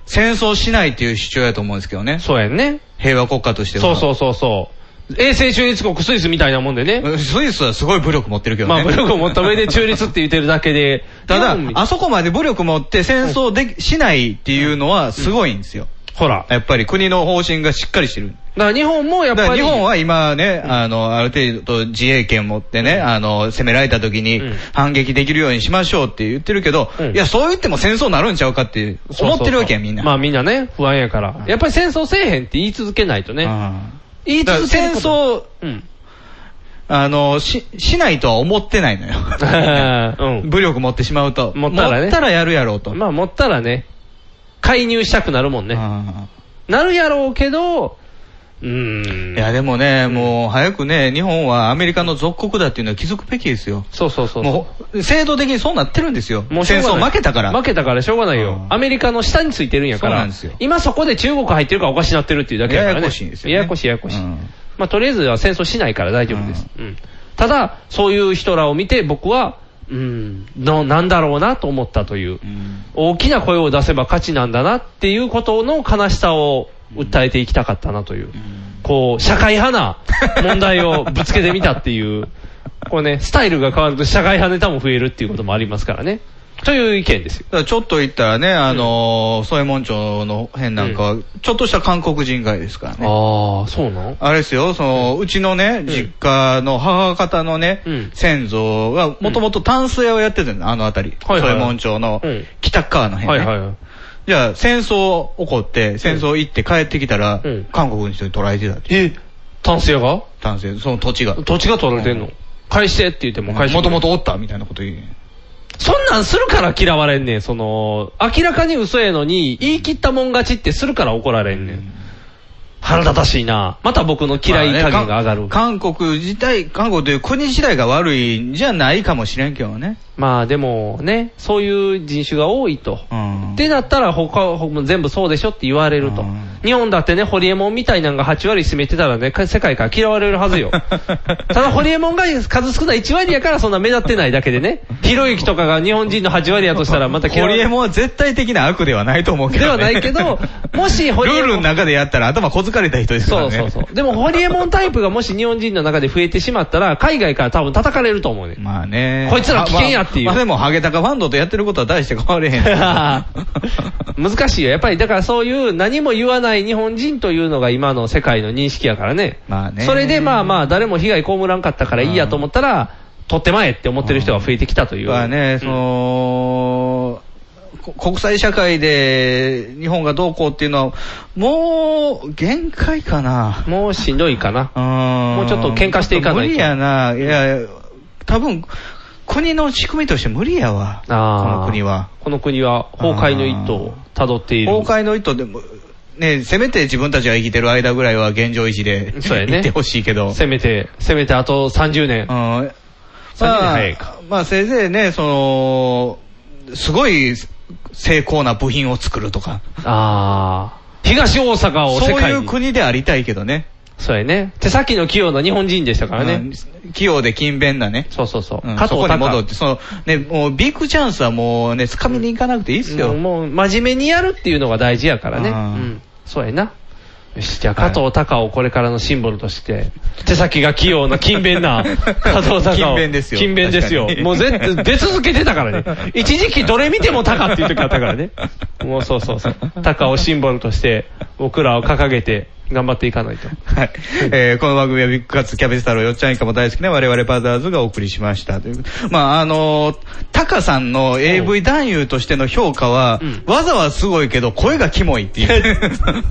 Speaker 3: 戦争しないっていう主張やと思うんですけどね。
Speaker 2: そうやね。
Speaker 3: 平和国家としては。
Speaker 2: そうそうそうそう。衛星中立国スイスみたいなもんでね。
Speaker 3: スイスはすごい武力持ってるけど
Speaker 2: ま
Speaker 3: ね。
Speaker 2: あ、武力を持った上で中立って言ってるだけ で。
Speaker 3: ただ
Speaker 2: 日本、
Speaker 3: あそこまで武力持って戦争できしないっていうのはすごいんですよ。
Speaker 2: ほら。
Speaker 3: やっぱり国の方針がしっかりしてる。
Speaker 2: だから日本もやっ
Speaker 3: だか
Speaker 2: ぱ
Speaker 3: ら
Speaker 2: り。
Speaker 3: 日本は今ね、あの、ある程度自衛権持ってね、あの、攻められた時に反撃できるようにしましょうって言ってるけど、いや、そう言っても戦争になるんちゃうかって
Speaker 2: そうそうそう、
Speaker 3: 思ってるわけや、みんな。
Speaker 2: まあみんなね、不安やから。やっぱり戦争せえへんって言い続けないとね。言い続けることうん。
Speaker 3: あの、し、しないとは思ってない のよ。武力持ってしまうと。
Speaker 2: 持ったらね
Speaker 3: 持ったらやるやろうと。
Speaker 2: まあ持ったらね、介入したくなるもんね。なるやろうけど、うん。
Speaker 3: いや、でもね、もう早くね、日本はアメリカの属国だっていうのは気づくべきですよ。
Speaker 2: そうそうそうそう
Speaker 3: もう、制度的にそうなってるんですよ。
Speaker 2: もうしょう
Speaker 3: 戦
Speaker 2: がない
Speaker 3: 争負けたから。
Speaker 2: 負けたからしょうがないよ。アメリカの下についてるんやから。
Speaker 3: そうなんですよ
Speaker 2: 今そこで中国入ってるからおかしなってるっていうだけやからね。
Speaker 3: ややこしいんですよね
Speaker 2: ややこしいややこしい。まあとりあえずは戦争しないから大丈夫です。うんただ、そういう人らを見て僕は、うん、の、なんだろうなと思ったという、大きな声を出せば価値なんだなっていうことの悲しさを訴えていきたかったなという、こう、社会派な問題をぶつけてみたって いう、これね、スタイルが変わると社会派ネタも増えるっていうこともありますからね。という意見ですよ。
Speaker 3: だからちょっと行ったらね、あのー、添右衛門町の辺なんかは、ちょっとした韓国人街ですからね。
Speaker 2: ああ、そうなん
Speaker 3: あれですよ、その、うちのね、実家の母方のね、先祖が、もともとタンス屋をやってたの、あの辺り。
Speaker 2: はいはい
Speaker 3: 添右衛門町の北側の辺ね。
Speaker 2: はいはいはい
Speaker 3: じゃあ、戦争起こって、戦争行って帰ってきたら、韓国の人に取られてたって。
Speaker 2: えタンス屋が
Speaker 3: タンス屋、その土地が。
Speaker 2: 土地が取られてんの、返してって言っても返して
Speaker 3: もともとおったみたいなこと言う。
Speaker 2: そんなんするから嫌われんねん。その、明らかに嘘やのに、言い切ったもん勝ちってするから怒られんねん。腹立たしいな。また僕の嫌い加減が上がる。
Speaker 3: 韓国自体、韓国という国自体が悪いんじゃないかもしれんけどね。
Speaker 2: まあでもね、そういう人種が多いと。ってなったら他、ほ全部そうでしょって言われると。日本だってね、ホリエモンみたいなんが8割占めてたらね、か世界から嫌われるはず よ。ただホリエモンが数少ない1割やからそんな目立ってないだけでね。ひろゆきとかが日本人の8割やとしたらまた嫌
Speaker 3: ホ
Speaker 2: われ
Speaker 3: リ
Speaker 2: る
Speaker 3: エモンは絶対的な悪ではないと思うけど、ね。
Speaker 2: ではないけど、もしホリエモン
Speaker 3: ルールの中でやったら頭小づかれた人ですからね。
Speaker 2: そうそうそう。でも、ホリエモンタイ プがもし日本人の中で増えてしまったら、海外から多分叩かれると思うね。
Speaker 3: まあね。
Speaker 2: こいつら危険やっっていう
Speaker 3: まあでも、ハゲタカファンドとやってることは大して変われ へん。
Speaker 2: 難しいよ。やっぱり、だからそういう何も言わない日本人というのが今の世界の認識やからね。
Speaker 3: まあね。
Speaker 2: それでまあまあ、誰も被害被らんかったからいいやと思ったら、取ってまえって思ってる人が増えてきたという。
Speaker 3: まあね、その、こ国際社会で日本がどうこうっていうのは、もう限界かな。
Speaker 2: もうしんどいかな。
Speaker 3: も
Speaker 2: もうちょっと喧嘩していかないと
Speaker 3: 無理やな。いや、多分、国の仕組みとして無理やわ。こ
Speaker 2: あー
Speaker 3: の国は。
Speaker 2: この国は崩壊の一途を辿っている。
Speaker 3: 崩壊の意図でも、ね、せめて自分たちが生きてる間ぐらいは現状維持で、
Speaker 2: そうやね
Speaker 3: 行ってほしいけど。
Speaker 2: せめて、せめてあと30年。
Speaker 3: うん。ま
Speaker 2: 年
Speaker 3: あ
Speaker 2: 早いか、
Speaker 3: まあせいぜいね、その、すごい精巧な部品を作るとか。
Speaker 2: ああ。東大阪を世
Speaker 3: そうい
Speaker 2: 界
Speaker 3: う
Speaker 2: に。
Speaker 3: 国でありたいけどね。
Speaker 2: そうやね。手先の器用な日本人でしたからね。
Speaker 3: 器用で勤勉なね。
Speaker 2: そうそうそう。
Speaker 3: うん
Speaker 2: 加
Speaker 3: そ
Speaker 2: 藤
Speaker 3: こに戻っ
Speaker 2: 隆
Speaker 3: て、その、ね、もうビッグチャンスはもうね、掴みに行かなくていいっすよ。
Speaker 2: うんもう、真面目にやるっていうのが大事やからね。う
Speaker 3: うん
Speaker 2: ん。そうやな。よし、じゃあ加藤隆をこれからのシンボルとして、手先が器用な勤勉 な加藤隆を。
Speaker 3: 勤勉ですよ
Speaker 2: 勤勉ですよ
Speaker 3: 確か。に
Speaker 2: もう絶対出続けてたから ね。一時期どれ見ても隆っていう時あったからね。もうそうそうそう。隆をシンボルとして、僕らを掲げて頑張っていかないと。
Speaker 3: はい。えーこの番組はビッグカツ、キャベツ太郎、よっちゃんいかも大好きな我々パターズがお送りしました。というまあ、あのータカさんの AV 男優としての評価は、わざわざすごいけど、声がキモいっていう。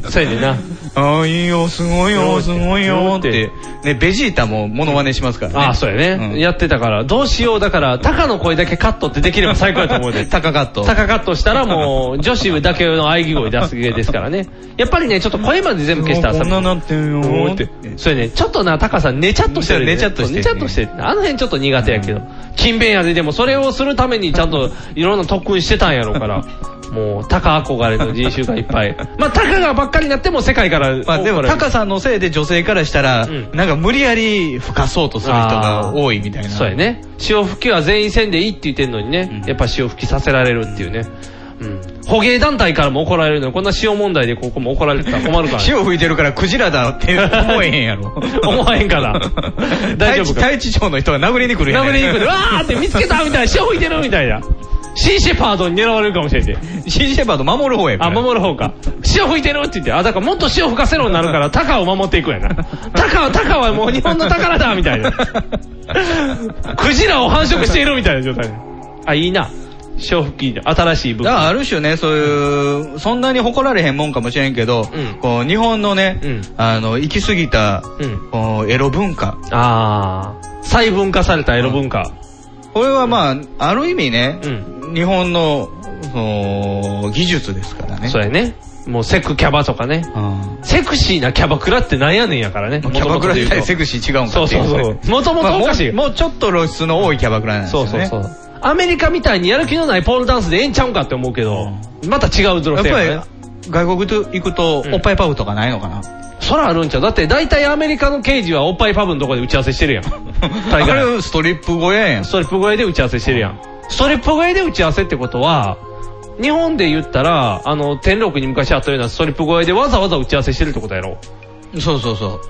Speaker 2: そうやねんな。
Speaker 3: ああ、いいよ、すごいよ、すごいよって。ね、ベジータもモノマネしますからね。
Speaker 2: ああ、そうやね、やってたから。どうしよう。だから、タカの声だけカットってできれば最高だと思 うで。
Speaker 3: タカカット。
Speaker 2: 高カットしたらもう、女子だけの喘ぎ声出す芸ですからね。やっぱりね、ちょっと声まで全部消したらさ、
Speaker 3: こんななってるよ
Speaker 2: う
Speaker 3: ー
Speaker 2: んっ
Speaker 3: ってて。。
Speaker 2: それね、ちょっとな、タカさん寝ちゃっとしてる、ね。
Speaker 3: 寝ちゃっとしてる
Speaker 2: 寝ちゃっとしてる。あの辺ちょっと苦手やけど。勤勉やで、でもそれをするためにちゃんといろんな特訓してたんやろうから。もう、タカ憧れの人種がいっぱい。まあ、タカがばっかりになっても世界から。
Speaker 3: まあでも、タカ
Speaker 2: さ
Speaker 3: さんのせいで女性からしたら、なんか無理やり吹かそうとする人が多いみたいな。
Speaker 2: そうや。ね。潮吹きは全員せんでいいって言ってんのにね、やっぱ潮吹きさせられるっていうね。うん。捕鯨団体からも怒られるのに、こんな潮問題でここも怒られたら困るから、ね。。
Speaker 3: 潮吹いてるからクジラだって思えへんやろ
Speaker 2: 思わへん から。 大丈夫か
Speaker 3: 太一町の人が殴りに来るやん。
Speaker 2: 殴りに来 る。わーって見つけたみたいな、潮吹いてるみたいな。シーシェパードに狙われるかもしれんて。
Speaker 3: シーシェパード守る方やか
Speaker 2: あ、
Speaker 3: ら。
Speaker 2: 守る方か。潮吹いてるって言って、あ、だからもっと潮吹かせろになるから、タカを守っていくやな。タカは、タカはもう日本の宝だみた いな。クジラを繁殖しているみたいな状態。あ、いいな。潮吹き、新しい
Speaker 3: だ
Speaker 2: 武器
Speaker 3: か。らある種ね、そういう、そんなに誇られへんもんかもしれんけど、こう日本のね、あの、行き過ぎた、こうエロ文化。
Speaker 2: ああ、細分化されたエロ文化。
Speaker 3: これはまあ、ある意味ね、日本の、その、技術ですからね。
Speaker 2: そうやね。もうセクキャバとかね。
Speaker 3: うん
Speaker 2: セクシーなキャバクラってなんやねんやからね。キ
Speaker 3: キャバクラ自体セクシー違うんかってい
Speaker 2: そうそうそう元々おかしい
Speaker 3: まあもうもうちょっと露出の多いキャバクラなんですよね。
Speaker 2: そうそうアメリカみたいにやる気のないポールダンスでええんちゃうんかって思うけど、また違うドロスやからね
Speaker 3: やっぱり、外国と行くと、おっぱいパブとかないの かな、
Speaker 2: そらあるんちゃうだって大体アメリカの刑事はおっぱいパブのとこで打ち合わせしてる やん。大
Speaker 3: あ
Speaker 2: 概
Speaker 3: れ、ストリップ小屋やん。
Speaker 2: ストリップ小屋で打ち合わせしてるやん。ストリップ小屋で打ち合わせってことは、日本で言ったら、あの、天禄に昔あったようなストリップ小屋でわざわざ打ち合わせしてるってことやろ。
Speaker 3: そうそうそ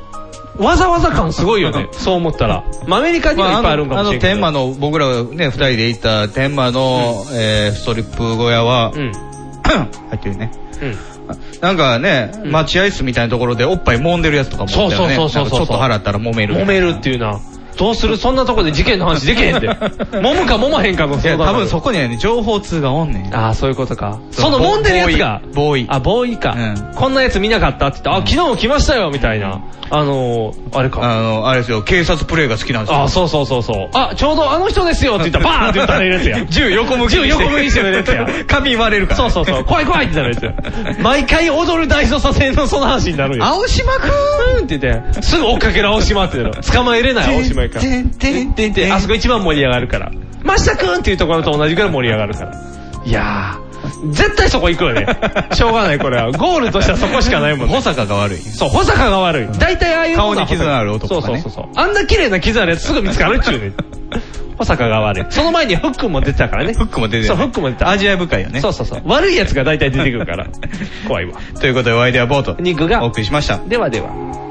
Speaker 3: う。
Speaker 2: わざわざ感すごいよ ね。そう思ったら。まあアメリカにはいっぱいあるんかもしれんけど。
Speaker 3: まああのあの天満の、僕らがね、二人で行った天満の、えーストリップ小屋は、 入ってるね。なんかね、待合室みたいなところでおっぱい揉んでるやつとかもおったよね
Speaker 2: そうそうそうそうそう
Speaker 3: なんかちょっと払ったら揉める。
Speaker 2: 揉めるっていうな。どうするそんなとこで事件の話できへん って。揉むか揉まへんかの
Speaker 3: いや、
Speaker 2: 相談。
Speaker 3: 多分そこにはね、情報通がおんねん。
Speaker 2: ああ、そういうことか。その揉んでるやつが。
Speaker 3: ボーイ。ボーイ
Speaker 2: あ、ボーイか。こんなやつ見なかったって言って、あ、昨日も来ましたよ、みたいな。あのー、あれか。
Speaker 3: あの、あれですよ、警察プレイが好きなんですよ。
Speaker 2: あ、そうそうそうそう。あ、ちょうどあの人ですよって言ったら、 バーンって言ったらいるやつや。
Speaker 3: 銃横向き
Speaker 2: 銃横向きにしてるやつ や。
Speaker 3: 髪割れるから
Speaker 2: そう
Speaker 3: ね。
Speaker 2: そうそう。怖い怖いってなるやつや。毎回踊る大捜査線のその話になるやん。
Speaker 3: 青島くーんって
Speaker 2: って言って、すぐ追っかける青島ってなる。捕まえれない青島やから。
Speaker 3: てんてんてんて
Speaker 2: で、
Speaker 3: ん。
Speaker 2: あそこ一番盛り上がるから。真下くんっていうところと同じぐらい盛り上がるから。いやー、絶対そこ行くよ ね。しょうがない、これは。ゴールとしてはそこしかないもんね。
Speaker 3: 保坂が悪い。
Speaker 2: そう、保坂が悪い。大体ああいうの
Speaker 3: 顔
Speaker 2: が
Speaker 3: に傷のある男がね。
Speaker 2: そうそうそうそう。あんな綺麗な傷あるやつすぐ見つかるっちゅうね。 保坂が悪い。その前にフックンも出てたからね。フッ
Speaker 3: クンも出て
Speaker 2: そ
Speaker 3: た
Speaker 2: う、フックンも出てた。
Speaker 3: アジア深いよね。
Speaker 2: そうそうそう。悪い やつが大体出てくるから。怖いわ。
Speaker 3: ということで、お相手はボート。
Speaker 2: 肉が
Speaker 3: お送りしました。
Speaker 2: ではでは。